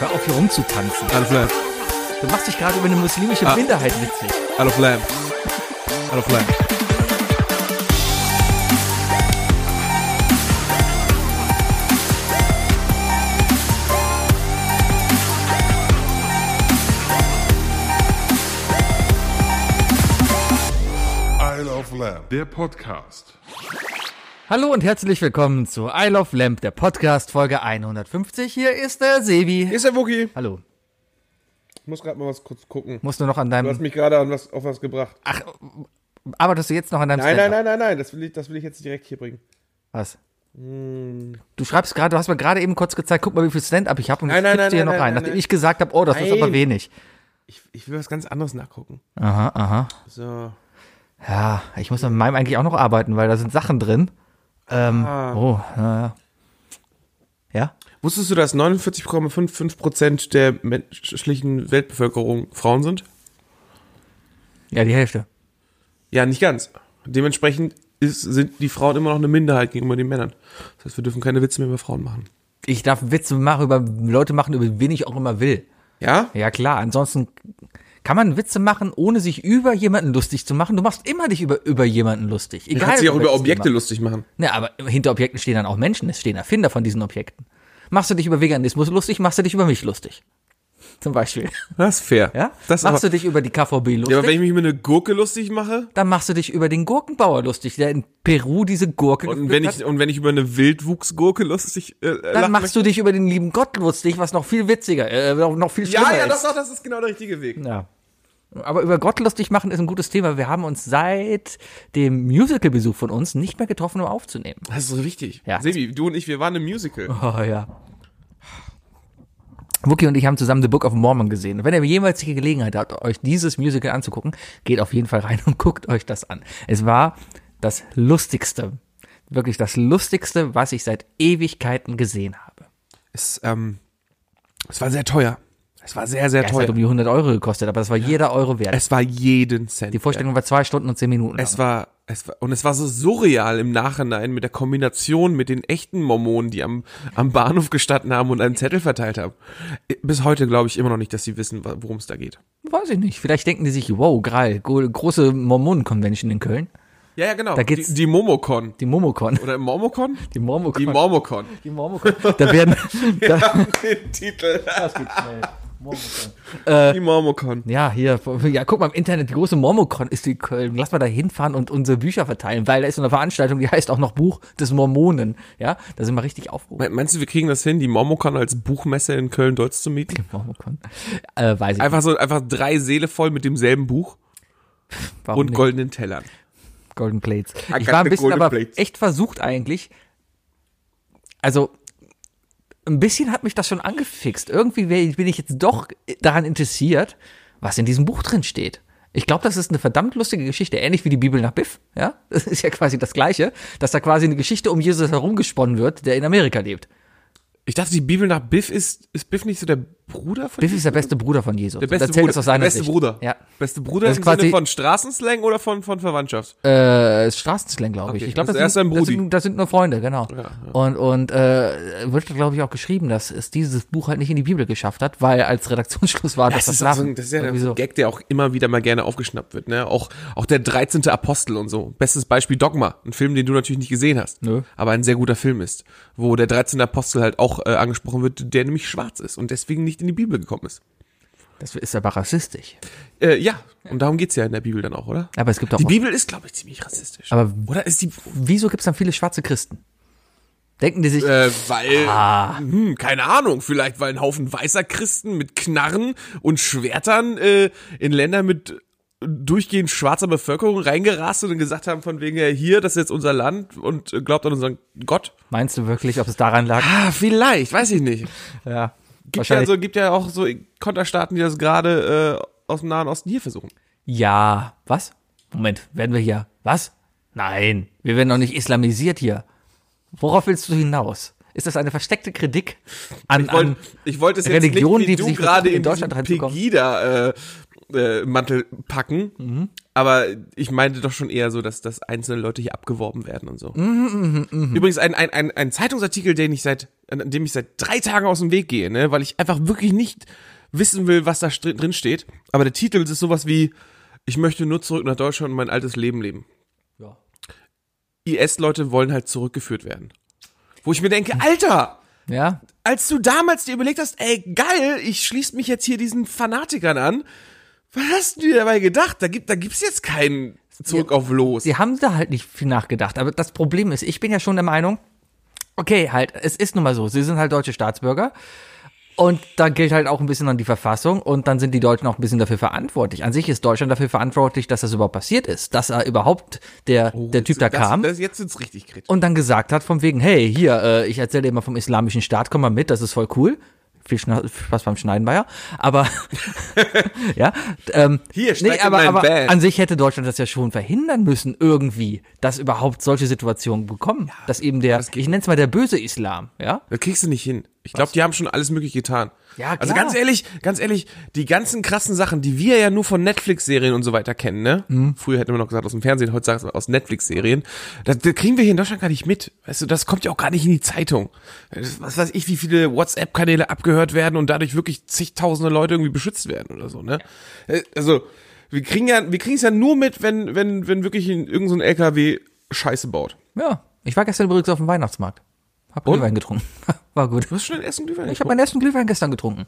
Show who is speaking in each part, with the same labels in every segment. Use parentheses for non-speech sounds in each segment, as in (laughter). Speaker 1: einfach auf hier rumzutanzen.
Speaker 2: Out of lamp.
Speaker 1: Du machst dich gerade über eine muslimische
Speaker 2: Ah.
Speaker 1: Minderheit witzig.
Speaker 2: Out of lamp. Out of lamp.
Speaker 3: Isle of Lamb.
Speaker 4: Der Podcast.
Speaker 1: Hallo und herzlich willkommen zu I Love Lamp, der Podcast Folge 150. Hier ist der Sebi.
Speaker 2: Ist der Wookie?
Speaker 1: Hallo.
Speaker 2: Ich muss gerade mal was kurz gucken.
Speaker 1: Musst du noch an
Speaker 2: Du hast
Speaker 1: deinem.
Speaker 2: mich gerade an was, auf was gebracht.
Speaker 1: Ach, arbeitest du jetzt noch an deinem
Speaker 2: Nein, nein,
Speaker 1: Stand-up?
Speaker 2: nein, nein, nein. Das will ich, das will ich jetzt direkt hier bringen.
Speaker 1: Was?
Speaker 2: Hm.
Speaker 1: Du schreibst gerade, du hast mir gerade eben kurz gezeigt, guck mal, wie viel Stand-up ich habe und
Speaker 2: Nein, nein,
Speaker 1: ich kippst
Speaker 2: nein,
Speaker 1: dir noch
Speaker 2: nein,
Speaker 1: rein.
Speaker 2: nein,
Speaker 1: Nachdem
Speaker 2: nein.
Speaker 1: ich gesagt habe, oh, das ist aber
Speaker 2: Nein.
Speaker 1: wenig.
Speaker 2: Ich, ich will was ganz anderes nachgucken.
Speaker 1: Aha, aha.
Speaker 2: So.
Speaker 1: Ja, ich muss an meinem eigentlich auch noch arbeiten, weil da sind Sachen drin. Ähm,
Speaker 2: Ah.
Speaker 1: Oh, naja. Ja?
Speaker 2: Wusstest du, dass 49,55% der menschlichen Weltbevölkerung Frauen sind?
Speaker 1: Ja, die Hälfte.
Speaker 2: Ja, nicht ganz. Dementsprechend ist, sind die Frauen immer noch eine Minderheit gegenüber den Männern. Das heißt, wir dürfen keine Witze mehr über Frauen machen.
Speaker 1: Ich darf Witze machen über Leute machen, über wen ich auch immer will.
Speaker 2: Ja?
Speaker 1: Ja, klar. Ansonsten kann man Witze machen, ohne sich über jemanden lustig zu machen. Du machst immer dich über, über jemanden lustig. Egal.
Speaker 2: Man kann sich auch über
Speaker 1: welches
Speaker 2: Objekte
Speaker 1: Thema.
Speaker 2: lustig machen.
Speaker 1: Na, Ne, aber hinter Objekten stehen dann auch Menschen. Es stehen Erfinder von diesen Objekten. Machst du dich über Veganismus lustig, machst du dich über mich lustig. Zum Beispiel.
Speaker 2: Das ist fair.
Speaker 1: Ja?
Speaker 2: Das
Speaker 1: machst
Speaker 2: aber,
Speaker 1: du dich über die KVB lustig?
Speaker 2: ja, aber wenn ich mich über eine Gurke lustig mache
Speaker 1: dann machst du dich über den Gurkenbauer lustig, der in Peru diese Gurke
Speaker 2: und
Speaker 1: gepflückt
Speaker 2: wenn
Speaker 1: hat.
Speaker 2: ich, und wenn ich über eine Wildwuchsgurke lustig äh,
Speaker 1: Dann machst du dich über den lieben Gott lustig, was noch viel witziger, äh, noch noch viel schlimmer
Speaker 2: Ja, ja,
Speaker 1: ist.
Speaker 2: das, doch, das ist genau der richtige Weg.
Speaker 1: Ja. Aber über Gott lustig machen ist ein gutes Thema. Wir haben uns seit dem Musical-Besuch von uns nicht mehr getroffen, um aufzunehmen.
Speaker 2: Das ist so wichtig.
Speaker 1: Ja.
Speaker 2: Sebi, du und ich, wir waren im Musical.
Speaker 1: Oh ja. Wookie und ich haben zusammen The Book of Mormon gesehen. Und wenn ihr jemals die Gelegenheit habt, euch dieses Musical anzugucken, geht auf jeden Fall rein (laughs) und guckt euch das an. Es war das Lustigste, wirklich das Lustigste, was ich seit Ewigkeiten gesehen habe.
Speaker 2: Es, ähm, es war sehr teuer. Es war sehr, sehr
Speaker 1: Ja, es hat
Speaker 2: teuer.
Speaker 1: um die 100 Euro gekostet, aber das war jeder Euro wert.
Speaker 2: Es war jeden Cent.
Speaker 1: die Vorstellung war zwei Stunden und zehn Minuten. lang.
Speaker 2: Es war, es war, und es war so surreal im Nachhinein mit der Kombination mit den echten Mormonen, die am, am Bahnhof gestanden haben und einen Zettel verteilt haben. Äh, Bis heute glaube ich immer noch nicht, dass sie wissen, wa- worum es da geht.
Speaker 1: Weiß ich nicht. Vielleicht denken die sich, wow, geil, go- große Mormonen-Convention in Köln.
Speaker 2: Ja, ja, genau.
Speaker 1: Da geht's-
Speaker 2: die, die Momocon.
Speaker 1: Die Momocon.
Speaker 2: Oder Momocon?
Speaker 1: Die Momocon. (laughs)
Speaker 2: Die Momocon.
Speaker 1: Die Momocon. Da (laughs) werden, da,
Speaker 2: Den Titel.
Speaker 1: äh,
Speaker 2: (laughs) Die Momocon.
Speaker 1: ja, hier, ja, guck mal im Internet, die große Momocon ist in Köln. Lass mal da hinfahren und unsere Bücher verteilen, weil da ist so eine Veranstaltung, die heißt auch noch Buch des Mormonen. Ja, da sind wir richtig aufgehoben.
Speaker 2: Me- Meinst du, wir kriegen das hin, die Momocon als Buchmesse in Köln-Deutsch zu mieten?
Speaker 1: Momocon. Äh, weiß ich
Speaker 2: Einfach so, einfach drei Säle voll mit demselben Buch
Speaker 1: nicht. Warum
Speaker 2: und
Speaker 1: nicht?
Speaker 2: goldenen Tellern.
Speaker 1: Golden Plates. Ich
Speaker 2: got
Speaker 1: war ein
Speaker 2: the
Speaker 1: bisschen
Speaker 2: Ah, golden
Speaker 1: aber
Speaker 2: plates.
Speaker 1: echt versucht eigentlich. Also ein bisschen hat mich das schon angefixt. Irgendwie wär- bin ich jetzt doch daran interessiert, was in diesem Buch drin steht. Ich glaube, das ist eine verdammt lustige Geschichte, ähnlich wie die Bibel nach Biff. Ja, (laughs) das ist ja quasi das Gleiche, dass da quasi eine Geschichte um Jesus herumgesponnen wird, der in Amerika lebt.
Speaker 2: Ich dachte, die Bibel nach Biff ist, ist Biff nicht so der Bruder von
Speaker 1: Biff ist der beste Bruder von Jesus.
Speaker 2: Der beste
Speaker 1: Erzählt
Speaker 2: Bruder.
Speaker 1: es aus seiner
Speaker 2: der beste
Speaker 1: Sicht.
Speaker 2: Bruder.
Speaker 1: Ja.
Speaker 2: Beste Bruder
Speaker 1: Das ist
Speaker 2: im Sinne
Speaker 1: quasi-
Speaker 2: von Straßenslang oder von, von Verwandtschaft?
Speaker 1: Äh, ist Straßenslang, glaube ich.
Speaker 2: Okay,
Speaker 1: Ich glaube,
Speaker 2: das
Speaker 1: das,
Speaker 2: ist erst ein
Speaker 1: sind- das,
Speaker 2: Brudi.
Speaker 1: sind- das sind nur Freunde, genau. Und, und äh, wird, glaube ich, auch geschrieben, dass es dieses Buch halt nicht in die Bibel geschafft hat, weil als Redaktionsschluss war das
Speaker 2: auch
Speaker 1: Versklaven.
Speaker 2: so ein, das ist ja
Speaker 1: Irgendwie
Speaker 2: ein Gag, der auch immer wieder mal gerne aufgeschnappt wird. Ne? Auch, auch der 13. Apostel und so. Bestes Beispiel Dogma. Ein Film, den du natürlich nicht gesehen hast.
Speaker 1: Nö.
Speaker 2: Aber ein sehr guter Film ist. Wo der 13. Apostel halt auch äh, angesprochen wird, der nämlich schwarz ist und deswegen nicht in die Bibel gekommen ist.
Speaker 1: Das ist aber rassistisch.
Speaker 2: Äh, ja, und darum geht's ja in der Bibel dann auch, oder?
Speaker 1: Aber es gibt auch.
Speaker 2: Die Bibel ist, glaube ich, ziemlich rassistisch.
Speaker 1: Aber-
Speaker 2: oder ist die...
Speaker 1: wieso gibt es dann viele schwarze Christen? Denken die sich,
Speaker 2: Äh, weil, hm, keine Ahnung, vielleicht weil ein Haufen weißer Christen mit Knarren und Schwertern äh, in Länder mit durchgehend schwarzer Bevölkerung reingerast sind und gesagt haben von wegen, äh, hier, das ist jetzt unser Land und äh, glaubt an unseren Gott.
Speaker 1: meinst du wirklich, ob es daran lag?
Speaker 2: (laughs) Ah, vielleicht, weiß ich nicht.
Speaker 1: Ja.
Speaker 2: Gibt ja,
Speaker 1: Wahrscheinlich.
Speaker 2: so, gibt ja auch so Konterstaaten, die das gerade äh, aus dem Nahen Osten hier versuchen.
Speaker 1: ja. Was? Moment, werden wir hier. Was? Nein. Wir werden doch nicht islamisiert hier. Worauf willst du hinaus? Ist das eine versteckte Kritik an,
Speaker 2: Ich wollte,
Speaker 1: an
Speaker 2: ich wollte es jetzt
Speaker 1: Religionen,
Speaker 2: nicht,
Speaker 1: die
Speaker 2: wie du
Speaker 1: sich
Speaker 2: gerade
Speaker 1: in
Speaker 2: in
Speaker 1: Deutschland
Speaker 2: diesem
Speaker 1: reinzukommen.
Speaker 2: Pegida äh, äh, Mantel packen.
Speaker 1: Mhm.
Speaker 2: Aber ich meinte doch schon eher so, dass, dass einzelne Leute hier abgeworben werden und so.
Speaker 1: Mhm,
Speaker 2: Übrigens ein, ein, ein, ein Zeitungsartikel, den ich seit, an an dem ich seit drei Tagen aus dem Weg gehe, ne? weil ich einfach wirklich nicht wissen will, was da str- drin steht. Aber der Titel ist sowas wie, ich möchte nur zurück nach Deutschland und mein altes Leben leben.
Speaker 1: Ja.
Speaker 2: IS-Leute wollen halt zurückgeführt werden. Wo ich mir denke, Alter,
Speaker 1: Ja.
Speaker 2: als du damals dir überlegt hast, ey, geil, ich schließe mich jetzt hier diesen Fanatikern an, was hast du dir dabei gedacht? Da gibt, da gibt's jetzt keinen Zurück auf los.
Speaker 1: sie haben da halt nicht viel nachgedacht. Aber das Problem ist, ich bin ja schon der Meinung, okay, halt, es ist nun mal so, sie sind halt deutsche Staatsbürger. Und da gilt halt auch ein bisschen an die Verfassung und dann sind die Deutschen auch ein bisschen dafür verantwortlich. An sich ist Deutschland dafür verantwortlich, dass das überhaupt passiert ist, dass er überhaupt der, der Typ da
Speaker 2: Oh, das,
Speaker 1: kam
Speaker 2: Das, jetzt sind's richtig kritisch.
Speaker 1: und dann gesagt hat von wegen, hey, hier, äh, ich erzähle dir mal vom islamischen Staat, komm mal mit, das ist voll cool. Viel Schna Spaß beim Schneiden war ja, aber
Speaker 2: (laughs)
Speaker 1: (laughs) ja, ähm,
Speaker 2: Hier, steig in
Speaker 1: aber,
Speaker 2: mein
Speaker 1: aber
Speaker 2: Van.
Speaker 1: an sich hätte Deutschland das ja schon verhindern müssen irgendwie, dass überhaupt solche Situationen bekommen, dass eben der, ich nenne es mal der böse Islam, ja,
Speaker 2: Das kriegst du nicht hin. Ich glaube, die haben schon alles möglich getan.
Speaker 1: Ja, klar.
Speaker 2: Also ganz ehrlich, ganz ehrlich, die ganzen krassen Sachen, die wir ja nur von Netflix-Serien und so weiter kennen, ne?
Speaker 1: Mhm.
Speaker 2: Früher hätten wir noch gesagt aus dem Fernsehen, heute sagt man aus Netflix-Serien. Das, das kriegen wir hier in Deutschland gar nicht mit. Weißt du, das kommt ja auch gar nicht in die Zeitung. Das, was weiß ich, wie viele WhatsApp-Kanäle abgehört werden und dadurch wirklich zigtausende Leute irgendwie beschützt werden oder so, ne? Äh, Also, wir kriegen ja, wir kriegen es ja nur mit, wenn, wenn, wenn wirklich in- irgend so ein LKW Scheiße baut.
Speaker 1: ja. Ich war gestern übrigens auf dem Weihnachtsmarkt, hab
Speaker 2: Und?
Speaker 1: Glühwein getrunken, (laughs) war gut.
Speaker 2: Du hast schon den ersten Glühwein
Speaker 1: Ich habe meinen ersten Glühwein gestern getrunken.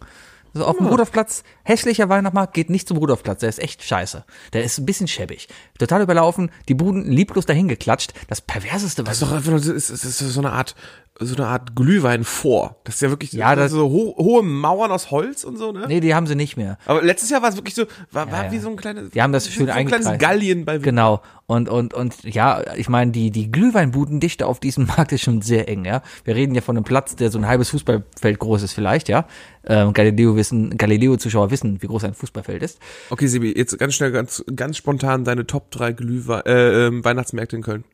Speaker 1: Also auf dem Rudolfplatz, hässlicher Weihnachtsmarkt, geht nicht zum Rudolfplatz, der ist echt scheiße. Der ist ein bisschen schäbig. Total überlaufen, die Buden lieblos dahin geklatscht. Das perverseste, was
Speaker 2: Das ist doch einfach nur, das ist, das ist so eine Art, so eine Art Glühwein vor. Das ist ja wirklich
Speaker 1: Ja, das-
Speaker 2: so ho hohe Mauern aus Holz und so, ne?
Speaker 1: Nee, die haben sie nicht mehr.
Speaker 2: Aber letztes Jahr war es wirklich so, war, war
Speaker 1: ja.
Speaker 2: wie so ein kleines,
Speaker 1: Die haben das schön
Speaker 2: so ein kleines
Speaker 1: eingekreist.
Speaker 2: Gallien bei Wien.
Speaker 1: Genau. Und, und, und ja, ich meine, die, die Glühweinbudendichte auf diesem (laughs) Markt ist schon sehr eng, ja. Wir reden ja von einem Platz, der so ein halbes Fußballfeld groß ist vielleicht, ja. Ähm, Galileo wissen, Galileo-Zuschauer wissen, wie groß ein Fußballfeld ist.
Speaker 2: Okay, Sebi, jetzt ganz schnell, ganz, ganz spontan deine Top 3 Glühwein, äh, ähm, Weihnachtsmärkte in Köln.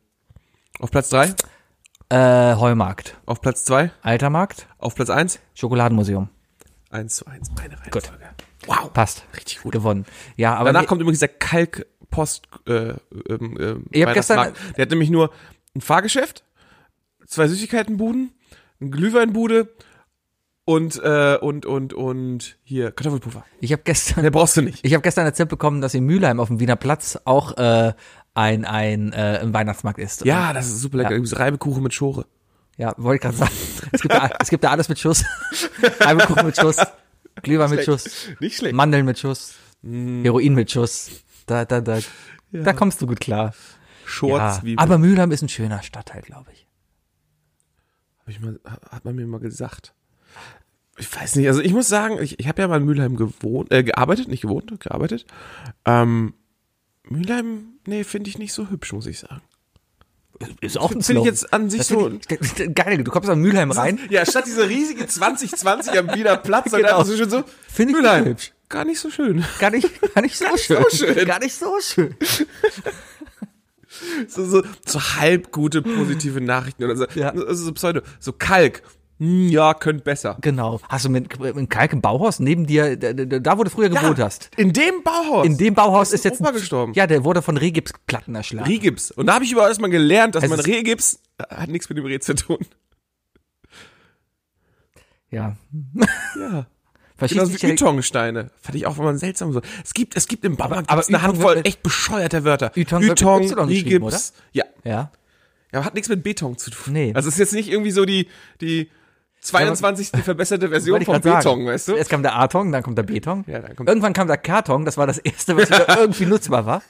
Speaker 2: Auf Platz 3,
Speaker 1: Äh, Heumarkt,
Speaker 2: auf Platz 2,
Speaker 1: Altermarkt,
Speaker 2: auf Platz 1,
Speaker 1: Schokoladenmuseum.
Speaker 2: 1 zu 1, meine Reihenfolge. Wow.
Speaker 1: Passt.
Speaker 2: Richtig gut.
Speaker 1: Gewonnen. Ja, aber.
Speaker 2: Danach
Speaker 1: nee-
Speaker 2: kommt übrigens der Kalkpost äh, ähm, ähm,
Speaker 1: Ich hab gestern-
Speaker 2: Weihnachtsmarkt. Der hat nämlich nur ein Fahrgeschäft, zwei Süßigkeitenbuden, eine Glühweinbude und äh, und und und hier Kartoffelpuffer.
Speaker 1: Ich habe gestern, (laughs)
Speaker 2: Der brauchst du nicht.
Speaker 1: ich habe gestern erzählt bekommen, dass in Mülheim auf dem Wiener Platz auch äh, ein ein äh, ein Weihnachtsmarkt ist.
Speaker 2: Ja, das ist super lecker. Irgendwie so Reibekuchen mit Schore.
Speaker 1: ja, wollte gerade sagen. Es gibt da, es gibt da alles mit Schuss. (laughs) Eibekuchen mit Schuss, Glühwein mit Schuss,
Speaker 2: Nicht schlecht.
Speaker 1: Mandeln mit Schuss, Heroin mit Schuss. Da da da. Da kommst du gut klar. Ja.
Speaker 2: Schorzwiebeln.
Speaker 1: Aber Mülheim ist ein schöner Stadtteil, glaube ich.
Speaker 2: Hab ich mal, hat man mir mal gesagt. Ich weiß nicht, also ich muss sagen, ich, ich habe ja mal in Mülheim gewohnt, äh, gearbeitet, nicht gewohnt, gearbeitet. Ähm, Mülheim, nee, finde ich nicht so hübsch, muss ich sagen.
Speaker 1: Ist auch ein
Speaker 2: Finde ich jetzt an sich
Speaker 1: das
Speaker 2: so.
Speaker 1: find ich, (laughs) geil, du kommst an Mülheim rein.
Speaker 2: Ja, statt diese riesige 2020 am Wiener Platz, dann
Speaker 1: Genau.
Speaker 2: einfach so schön so,
Speaker 1: Finde ich
Speaker 2: Mülheim,
Speaker 1: hübsch.
Speaker 2: gar nicht so schön.
Speaker 1: Gar nicht, (laughs) gar nicht so, schön.
Speaker 2: schön.
Speaker 1: Gar nicht so schön.
Speaker 2: So, so, so halb gute positive Nachrichten oder so.
Speaker 1: Ja.
Speaker 2: Also so Pseudo, so Kalk. Hm, ja, könnt besser.
Speaker 1: Genau. Hast du mit, mit Kalk im Bauhaus neben dir, da- da da, wo du früher gewohnt hast?
Speaker 2: In dem Bauhaus.
Speaker 1: In dem Bauhaus ist
Speaker 2: ein
Speaker 1: jetzt
Speaker 2: Opa gestorben.
Speaker 1: Ja, der wurde von Rehgipsplatten erschlagen.
Speaker 2: Regips. Und da habe ich überall erstmal gelernt, dass
Speaker 1: Also Es
Speaker 2: man
Speaker 1: ist-
Speaker 2: Regips hat nichts mit dem Reh zu tun.
Speaker 1: ja. (laughs)
Speaker 2: Ja. Genau,
Speaker 1: Verschießt
Speaker 2: Genauso
Speaker 1: sich
Speaker 2: wie
Speaker 1: ja-
Speaker 2: Ytong-Steine. Fand ich auch immer seltsam so. Es gibt, es gibt im Baumarkt
Speaker 1: aber
Speaker 2: gibt's eine
Speaker 1: Ytong wird
Speaker 2: Handvoll
Speaker 1: mit-
Speaker 2: echt bescheuerter Wörter.
Speaker 1: Ytong wird mit Y geschrieben,
Speaker 2: Regips. Ja.
Speaker 1: Ja.
Speaker 2: Ja, aber hat nichts mit Beton zu tun.
Speaker 1: Nee.
Speaker 2: Also es ist jetzt nicht irgendwie so die, die 22. verbesserte Version
Speaker 1: Wollte ich
Speaker 2: von
Speaker 1: grad
Speaker 2: Beton,
Speaker 1: sagen.
Speaker 2: weißt du?
Speaker 1: Erst kam der Arton, dann kommt der Beton.
Speaker 2: Ja, dann kommt-
Speaker 1: Irgendwann kam der Karton, das war das erste, was
Speaker 2: (laughs)
Speaker 1: wieder irgendwie nutzbar war.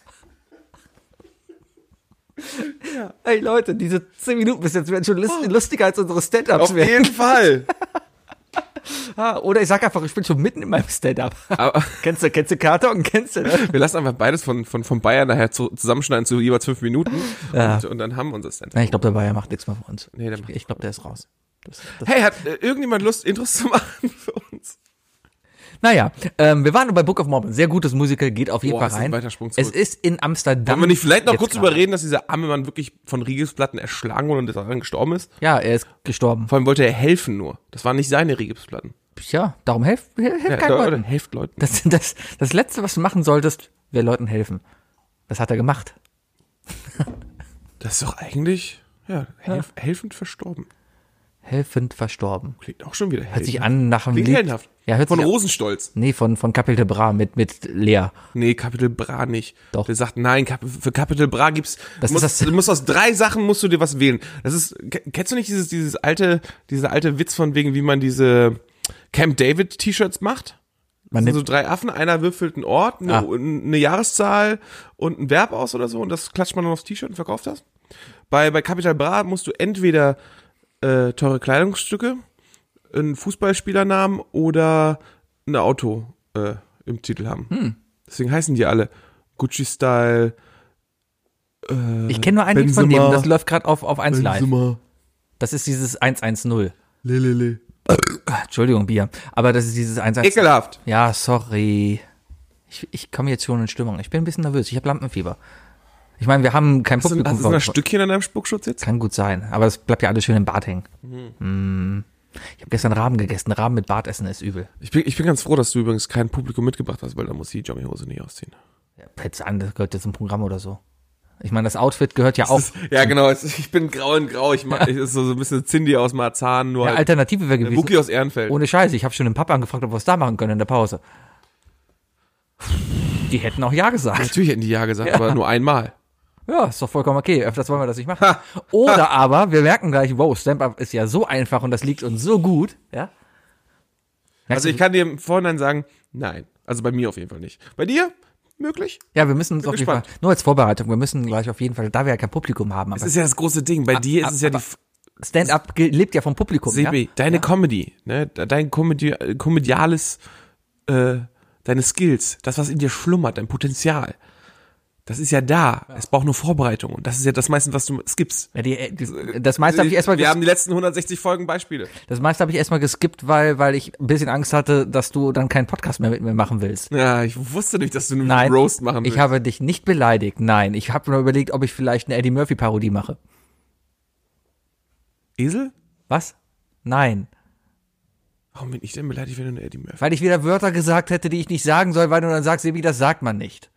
Speaker 1: Hey Leute, diese 10 Minuten bis jetzt werden schon lust- lustiger als unsere Stand-Ups
Speaker 2: Oh. Auf
Speaker 1: werden.
Speaker 2: jeden Fall.
Speaker 1: Ah, Oder ich sag einfach, ich bin schon mitten in meinem Stand-Up.
Speaker 2: Aber
Speaker 1: kennst du, kennst du Karton? Kennst du das?
Speaker 2: wir lassen einfach beides von, von, von Bayern nachher zu, zusammenschneiden zu jeweils
Speaker 1: (laughs)
Speaker 2: fünf Minuten. Und, und dann haben wir unser Stand.
Speaker 1: Nein, ich glaube, der Bayer macht nichts mehr für uns.
Speaker 2: Nee, der macht-
Speaker 1: ich glaube, der ist raus. Das, das.
Speaker 2: Hey, hat äh, irgendjemand Lust, Intros zu machen (laughs) für uns?
Speaker 1: Naja, ähm, wir waren bei Book of Mormon. Sehr gutes Musical, geht auf jeden
Speaker 2: Boah,
Speaker 1: Fall
Speaker 2: ist ein
Speaker 1: rein.
Speaker 2: weiter Sprung
Speaker 1: es
Speaker 2: zurück.
Speaker 1: ist in Amsterdam.
Speaker 2: Wollen wir nicht vielleicht noch
Speaker 1: jetzt
Speaker 2: kurz
Speaker 1: gerade.
Speaker 2: drüber reden, dass dieser arme Mann wirklich von Rigipsplatten erschlagen wurde und daran gestorben ist?
Speaker 1: Ja, er ist gestorben.
Speaker 2: Vor allem wollte er helfen nur. Das waren nicht seine Rigipsplatten.
Speaker 1: ja, darum helft, helft ja, keinen Leuten.
Speaker 2: helft Leuten.
Speaker 1: Das, das, das Letzte, was du machen solltest, wäre Leuten helfen. Das hat er gemacht.
Speaker 2: Das ist doch eigentlich, ja, helf, helfend verstorben.
Speaker 1: Helfend verstorben.
Speaker 2: Klingt auch schon wieder
Speaker 1: Hört sich an nach einem
Speaker 2: Klingt
Speaker 1: Lied.
Speaker 2: heldenhaft.
Speaker 1: Ja, hört
Speaker 2: Von
Speaker 1: sich an-
Speaker 2: Rosenstolz.
Speaker 1: Nee, von, von Capital Bra mit, mit Lea.
Speaker 2: Nee, Capital Bra nicht.
Speaker 1: Doch.
Speaker 2: Der sagt, nein, Cap für Capital Bra gibt's,
Speaker 1: Das
Speaker 2: du musst,
Speaker 1: ist das-
Speaker 2: du musst aus drei Sachen musst du dir was wählen. Das ist, ke- kennst du nicht dieses, dieses alte, dieser alte Witz von wegen, wie man diese Camp David T-Shirts macht?
Speaker 1: Man
Speaker 2: Das sind
Speaker 1: nimmt,
Speaker 2: so drei Affen, einer würfelt einen Ort, eine,
Speaker 1: Ah.
Speaker 2: eine Jahreszahl und ein Verb aus oder so und das klatscht man dann aufs T-Shirt und verkauft das. Bei, bei Capital Bra musst du entweder äh, teure Kleidungsstücke, einen Fußballspielernamen oder ein Auto äh, im Titel haben.
Speaker 1: Hm.
Speaker 2: Deswegen heißen die alle Gucci Style, äh,
Speaker 1: ich kenne nur ein Lied von
Speaker 2: Benzema.
Speaker 1: dem, das läuft gerade auf, auf 1 live.
Speaker 2: Benzema,
Speaker 1: Das ist dieses 110.
Speaker 2: Lelele.
Speaker 1: Ah, Entschuldigung, Bier. Aber das ist dieses 110.
Speaker 2: Ekelhaft.
Speaker 1: Ja, sorry. Ich, ich komme jetzt schon in Stimmung. Ich bin ein bisschen nervös. Ich habe Lampenfieber. Ich meine, wir haben kein
Speaker 2: Hast du,
Speaker 1: Publikum.
Speaker 2: hast du ein
Speaker 1: vor-
Speaker 2: Stückchen an deinem Spuckschutz jetzt?
Speaker 1: Kann gut sein. Aber es bleibt ja alles schön im Bart hängen.
Speaker 2: Mhm.
Speaker 1: Mm. Ich habe gestern Raben gegessen. Raben mit Bart essen ist übel.
Speaker 2: Ich bin, ich bin ganz froh, dass du übrigens kein Publikum mitgebracht hast, weil da muss die Johnny-Hose nicht ausziehen.
Speaker 1: Petz an, das gehört jetzt zum Programm oder so. Ich meine, das Outfit gehört ja auch.
Speaker 2: Ja, genau. es- Ich bin grau in grau. Ich mag, ich ist so so ein bisschen Cindy aus Marzahn, nur
Speaker 1: Eine
Speaker 2: halt
Speaker 1: Alternative wäre gewesen.
Speaker 2: Wookie aus Ehrenfeld.
Speaker 1: Ohne Scheiße, ich habe schon den Papa angefragt, ob wir es da machen können in der Pause. Die hätten auch Ja gesagt.
Speaker 2: Natürlich hätten die Ja gesagt, aber nur einmal.
Speaker 1: Ja, ist doch vollkommen okay. Öfters wollen wir das nicht machen. (laughs) Oder aber wir merken gleich, wow, Stand-Up ist ja so einfach und das liegt uns so gut. Ja? Merkst
Speaker 2: Also ich
Speaker 1: du-
Speaker 2: kann dir im Vorhinein sagen, nein. Also bei mir auf jeden Fall nicht. Bei dir? Möglich?
Speaker 1: ja, wir müssen uns auf jeden Fall,
Speaker 2: gespannt.
Speaker 1: nur als Vorbereitung, wir müssen gleich auf jeden Fall, da wir ja kein Publikum haben,
Speaker 2: Das
Speaker 1: aber
Speaker 2: ist ja das große Ding. Bei dir ist es ja die F-
Speaker 1: Stand-Up ge- lebt ja vom Publikum.
Speaker 2: Sebi,
Speaker 1: ja?
Speaker 2: deine Comedy, ne? Dein Comedy, komediales, äh, deine Skills, das, was in dir schlummert, dein Potenzial. Das ist ja da. Es braucht nur Vorbereitung. Und das ist ja das meiste, was du skippst.
Speaker 1: Ja, die, äh, die, das
Speaker 2: Also,
Speaker 1: meiste habe ich erstmal
Speaker 2: Wir
Speaker 1: ges-
Speaker 2: haben die letzten 160 Folgen Beispiele.
Speaker 1: das meiste habe ich erstmal geskippt, weil weil ich ein bisschen Angst hatte, dass du dann keinen Podcast mehr mit mir machen willst.
Speaker 2: Ja, ich wusste nicht, dass du einen
Speaker 1: Nein,
Speaker 2: Roast machen willst.
Speaker 1: ich habe dich nicht beleidigt. Nein, ich habe nur überlegt, ob ich vielleicht eine Eddie Murphy Parodie mache.
Speaker 2: Esel?
Speaker 1: Was? Nein,
Speaker 2: Warum bin ich denn beleidigt, wenn du eine Eddie Murphy?
Speaker 1: weil ich wieder Wörter gesagt hätte, die ich nicht sagen soll, weil du dann sagst, Sebi, das sagt man nicht.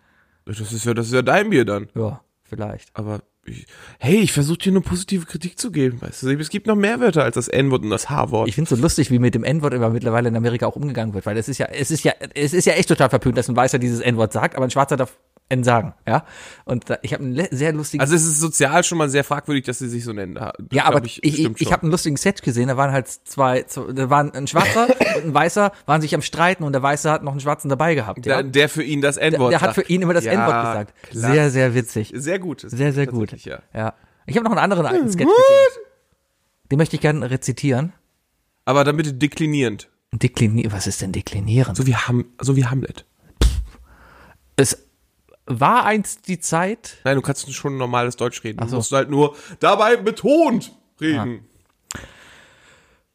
Speaker 2: Das ist ja, das ist ja dein Bier dann.
Speaker 1: Ja, vielleicht.
Speaker 2: Aber ich, hey, ich versuche dir nur positive Kritik zu geben, weißt du? Es gibt noch mehr Wörter als das N-Wort und das H-Wort.
Speaker 1: Ich find's so lustig, wie mit dem N-Wort immer mittlerweile in Amerika auch umgegangen wird, weil es ist ja, es ist ja, es ist ja echt total verpönt, dass ein Weißer dieses N-Wort sagt, aber ein Schwarzer darf N sagen, ja. Und da, ich habe einen le- sehr lustigen
Speaker 2: Also es ist sozial schon mal sehr fragwürdig, dass sie sich so nennen. Das
Speaker 1: Ja,
Speaker 2: glaub
Speaker 1: aber ich, ich,
Speaker 2: stimmt
Speaker 1: ich,
Speaker 2: schon.
Speaker 1: habe einen lustigen Sketch gesehen, da waren halt zwei, zwei da waren ein
Speaker 2: (laughs)
Speaker 1: Schwarzer und ein Weißer, waren sich am Streiten und der Weiße hat noch einen Schwarzen dabei gehabt. Ja?
Speaker 2: der, der für ihn das N-Wort
Speaker 1: der hat für
Speaker 2: sagt.
Speaker 1: ihn immer das
Speaker 2: Ja,
Speaker 1: N-Wort gesagt.
Speaker 2: klar.
Speaker 1: Sehr, sehr witzig.
Speaker 2: Sehr gut. Das
Speaker 1: Sehr, sehr
Speaker 2: ist
Speaker 1: gut.
Speaker 2: tatsächlich, Ja.
Speaker 1: Ich habe noch einen anderen alten Sketch gesehen. Den möchte ich gerne rezitieren.
Speaker 2: Aber dann bitte deklinierend.
Speaker 1: Deklinieren, was ist denn deklinieren?
Speaker 2: So wie, Ham, so wie Hamlet.
Speaker 1: es war einst die Zeit,
Speaker 2: Nein, du kannst schon normales Deutsch reden.
Speaker 1: so.
Speaker 2: Du musst halt nur dabei betont reden.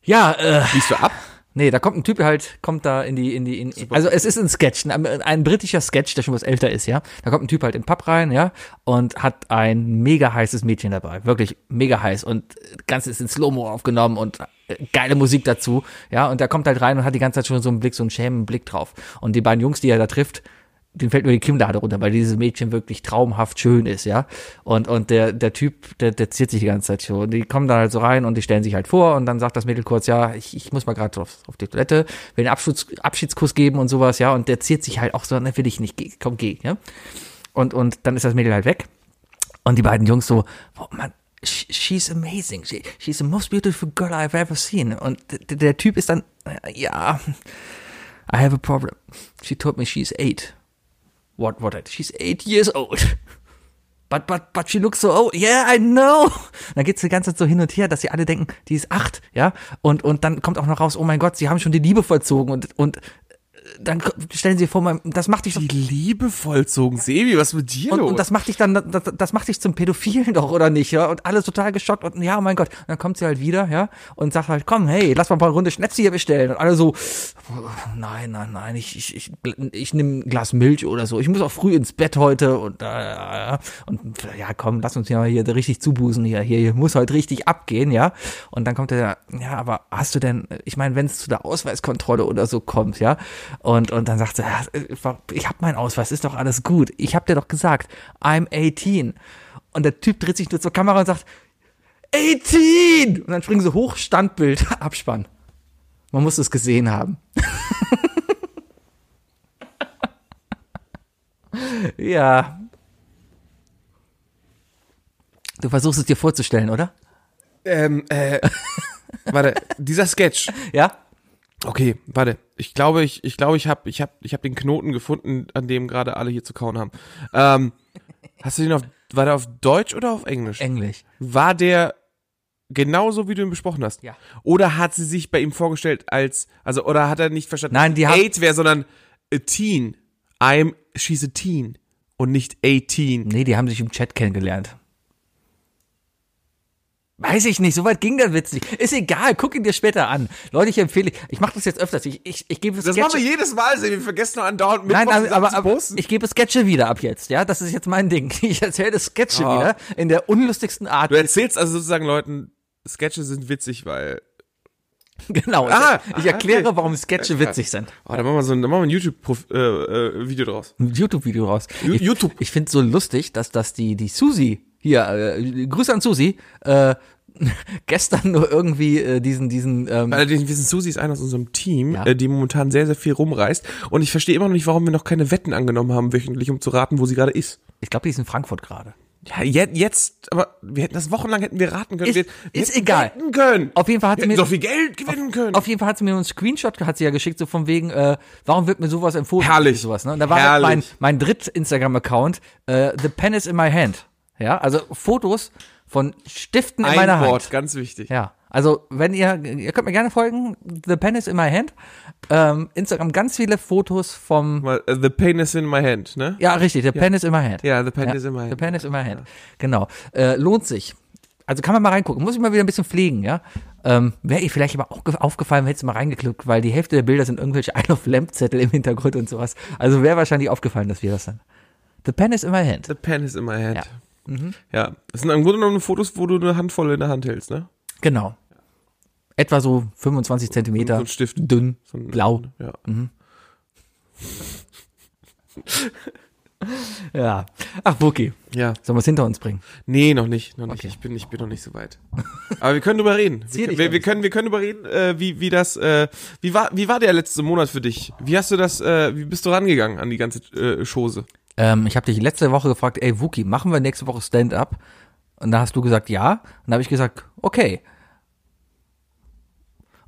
Speaker 1: ja, äh,
Speaker 2: Liest du ab?
Speaker 1: Nee, da kommt ein Typ halt, kommt da in die, in die, in, also es ist ein Sketch, ein, ein britischer Sketch, der schon was älter ist, ja. Da kommt ein Typ halt in den Pub rein, ja, und hat ein mega heißes Mädchen dabei, wirklich mega heiß und das Ganze ist in Slow-Mo aufgenommen und äh, geile Musik dazu, ja, und da kommt halt rein und hat die ganze Zeit schon so einen Blick, so einen schämenden Blick drauf. Und die beiden Jungs, die er da trifft, den fällt nur die Kinnlade runter, weil dieses Mädchen wirklich traumhaft schön ist, ja. Und, und der, der Typ, der, der ziert sich die ganze Zeit so. Und die kommen dann halt so rein und die stellen sich halt vor und dann sagt das Mädel kurz, ja, ich, ich muss mal gerade auf, auf die Toilette, will einen Abschluss, Abschiedskuss geben und sowas, ja. Und der ziert sich halt auch so, ne, will ich nicht, geh, komm, geh, ja. Und, und dann ist das Mädel halt weg. Und die beiden Jungs so, boah, Mann, sh- she's amazing. She, she's the most beautiful girl I've ever seen. Und d- der Typ ist dann, äh, ja, I have a problem. She told me she's eight. What, what, she's eight years old. But, but, but she looks so old. Yeah, I know. Und dann geht's die ganze Zeit so hin und her, dass sie alle denken, die ist acht, ja. Und, und dann kommt auch noch raus, oh mein Gott, sie haben schon die Liebe vollzogen und, und dann k- stellen sie vor, mein- das macht dich doch
Speaker 2: Die Liebe vollzogen. Sebi, was ist mit dir
Speaker 1: und,
Speaker 2: los?
Speaker 1: und das macht dich dann, das, das macht dich zum Pädophilen doch, oder nicht? Ja? Und alle total geschockt und ja, mein Gott. Und dann kommt sie halt wieder, ja, und sagt halt, komm, hey, lass mal ein paar Runde Schnäpse hier bestellen. Und alle so, nein, nein, nein, ich, ich, ich, ich nehme ein Glas Milch oder so. Ich muss auch früh ins Bett heute und, äh, und ja, komm, lass uns ja mal hier richtig zubusen hier. Hier, hier muss heute richtig abgehen, ja. Und dann kommt der, ja, aber hast du denn, ich meine, wenn es zu der Ausweiskontrolle oder so kommt, ja, und, und dann sagt sie, ja, äh, ich habe meinen Ausweis, ist doch alles gut. Ich habe dir doch gesagt, I'm 18. Und der Typ dreht sich nur zur Kamera und sagt, 18! Und dann springen sie hoch, Standbild, (laughs) Abspann. Man muss es gesehen haben. (laughs) ja. Du versuchst es dir vorzustellen, oder?
Speaker 2: ähm, äh, (laughs) warte, dieser Sketch.
Speaker 1: Ja?
Speaker 2: Okay, warte. Ich glaube, ich, ich glaube, ich habe, ich habe, ich habe den Knoten gefunden, an dem gerade alle hier zu kauen haben. Ähm, hast du den auf, war der auf Deutsch oder auf Englisch?
Speaker 1: Englisch.
Speaker 2: War der genauso, wie du ihn besprochen hast?
Speaker 1: Ja.
Speaker 2: Oder hat sie sich bei ihm vorgestellt als, also, oder hat er nicht verstanden,
Speaker 1: Nein, die haben-
Speaker 2: eight wäre, sondern a teen. I'm, she's a teen. Und nicht 18.
Speaker 1: Nee, die haben sich im Chat kennengelernt. Weiß ich nicht, so weit ging der Witz nicht. Ist egal, guck ihn dir später an. Leute, ich empfehle, ich mache das jetzt öfters. Ich, ich, ich gebe
Speaker 2: Das
Speaker 1: Sketche-
Speaker 2: machen wir jedes Mal, Sebi. Wir vergessen noch andauernd mit
Speaker 1: Nein, aber, aber, aber ich gebe Sketche wieder ab jetzt, ja? Das ist jetzt mein Ding. (laughs) Ich erzähle Sketche
Speaker 2: Ah.
Speaker 1: wieder in der unlustigsten Art.
Speaker 2: Du erzählst also sozusagen Leuten, Sketche sind witzig, weil
Speaker 1: (laughs) genau.
Speaker 2: Ah,
Speaker 1: ich, ich
Speaker 2: ah,
Speaker 1: erkläre,
Speaker 2: okay.
Speaker 1: warum Sketche witzig sind.
Speaker 2: Oh, da machen wir so ein, da machen wir ein YouTube-Video äh, äh, Video (laughs) draus.
Speaker 1: Ein YouTube-Video raus.
Speaker 2: Ju-
Speaker 1: Ich-
Speaker 2: YouTube.
Speaker 1: Ich finde so lustig, dass, dass die, die Susi hier, äh, Grüße an Susi, äh, (laughs) gestern nur irgendwie äh, diesen, diesen, ähm,
Speaker 2: Allerdings, wir sind Susi ist einer aus unserem Team,
Speaker 1: Ja.
Speaker 2: äh, die momentan sehr, sehr viel rumreist. Und ich verstehe immer noch nicht, warum wir noch keine Wetten angenommen haben wöchentlich, um zu raten, wo sie gerade ist.
Speaker 1: ich glaube, die ist in Frankfurt gerade.
Speaker 2: Ja, jetzt, jetzt, aber wir hätten das wochenlang hätten wir raten können.
Speaker 1: Ist-
Speaker 2: wir, wir
Speaker 1: ist
Speaker 2: hätten
Speaker 1: egal.
Speaker 2: Wetten können.
Speaker 1: Auf jeden Fall hat
Speaker 2: wir
Speaker 1: sie
Speaker 2: hätten
Speaker 1: mir-
Speaker 2: so viel Geld gewinnen können.
Speaker 1: Auf jeden Fall hat sie mir einen Screenshot hat sie ja geschickt, so von wegen, äh, warum wird mir sowas empfohlen?
Speaker 2: Herrlich.
Speaker 1: Sowas, ne? Und da war halt
Speaker 2: Herrlich.
Speaker 1: mein, mein dritt-Instagram-Account, äh, The Pen is in my hand. Ja, also Fotos von Stiften in meiner
Speaker 2: ein Wort,
Speaker 1: Hand.
Speaker 2: ganz wichtig.
Speaker 1: Ja, also wenn ihr, ihr könnt mir gerne folgen, The Pen is in my hand. Ähm, Instagram ganz viele Fotos vom,
Speaker 2: Mal, äh, the pain is in my hand, ne?
Speaker 1: ja richtig, The Pen is in my hand.
Speaker 2: Ja, the pain
Speaker 1: Ja,
Speaker 2: is in my hand.
Speaker 1: The Pen is in my hand. Genau. Äh, lohnt sich. Also kann man mal reingucken. Muss ich mal wieder ein bisschen pflegen, ja? Ähm, Wäre ihr vielleicht aber auch ge- aufgefallen, hättest du mal reingeklickt, weil die Hälfte der Bilder sind irgendwelche (laughs) Isle of Lamp Zettel im Hintergrund und sowas. Also wäre wahrscheinlich aufgefallen, dass wir das sind. The pen is in my hand.
Speaker 2: The pain is in my hand. Ja. Mhm.
Speaker 1: Ja.
Speaker 2: ja. Das sind im Grunde genommen Fotos, wo du eine Handvoll in der Hand hältst, ne?
Speaker 1: Genau. Etwa so 25
Speaker 2: So
Speaker 1: Zentimeter
Speaker 2: ein Stift.
Speaker 1: dünn,
Speaker 2: So ein-
Speaker 1: blau.
Speaker 2: Ja.
Speaker 1: Ja. Ach, Wookie,
Speaker 2: Ja.
Speaker 1: sollen wir es hinter uns bringen?
Speaker 2: Nee, noch nicht, noch nicht.
Speaker 1: Okay.
Speaker 2: Ich bin, ich bin noch nicht so weit. Aber wir können drüber reden.
Speaker 1: Zieh
Speaker 2: Wir,
Speaker 1: dich
Speaker 2: wir,
Speaker 1: doch
Speaker 2: wir
Speaker 1: nicht.
Speaker 2: können, wir können drüber reden, äh, wie, wie das, äh, wie war, wie war der letzte Monat für dich? Wie hast du das, äh, wie bist du rangegangen an die ganze äh, Chose?
Speaker 1: Ähm, ich habe dich letzte Woche gefragt, ey Wookie, machen wir nächste Woche Stand-up? Und da hast du gesagt, ja. Und da habe ich gesagt, okay.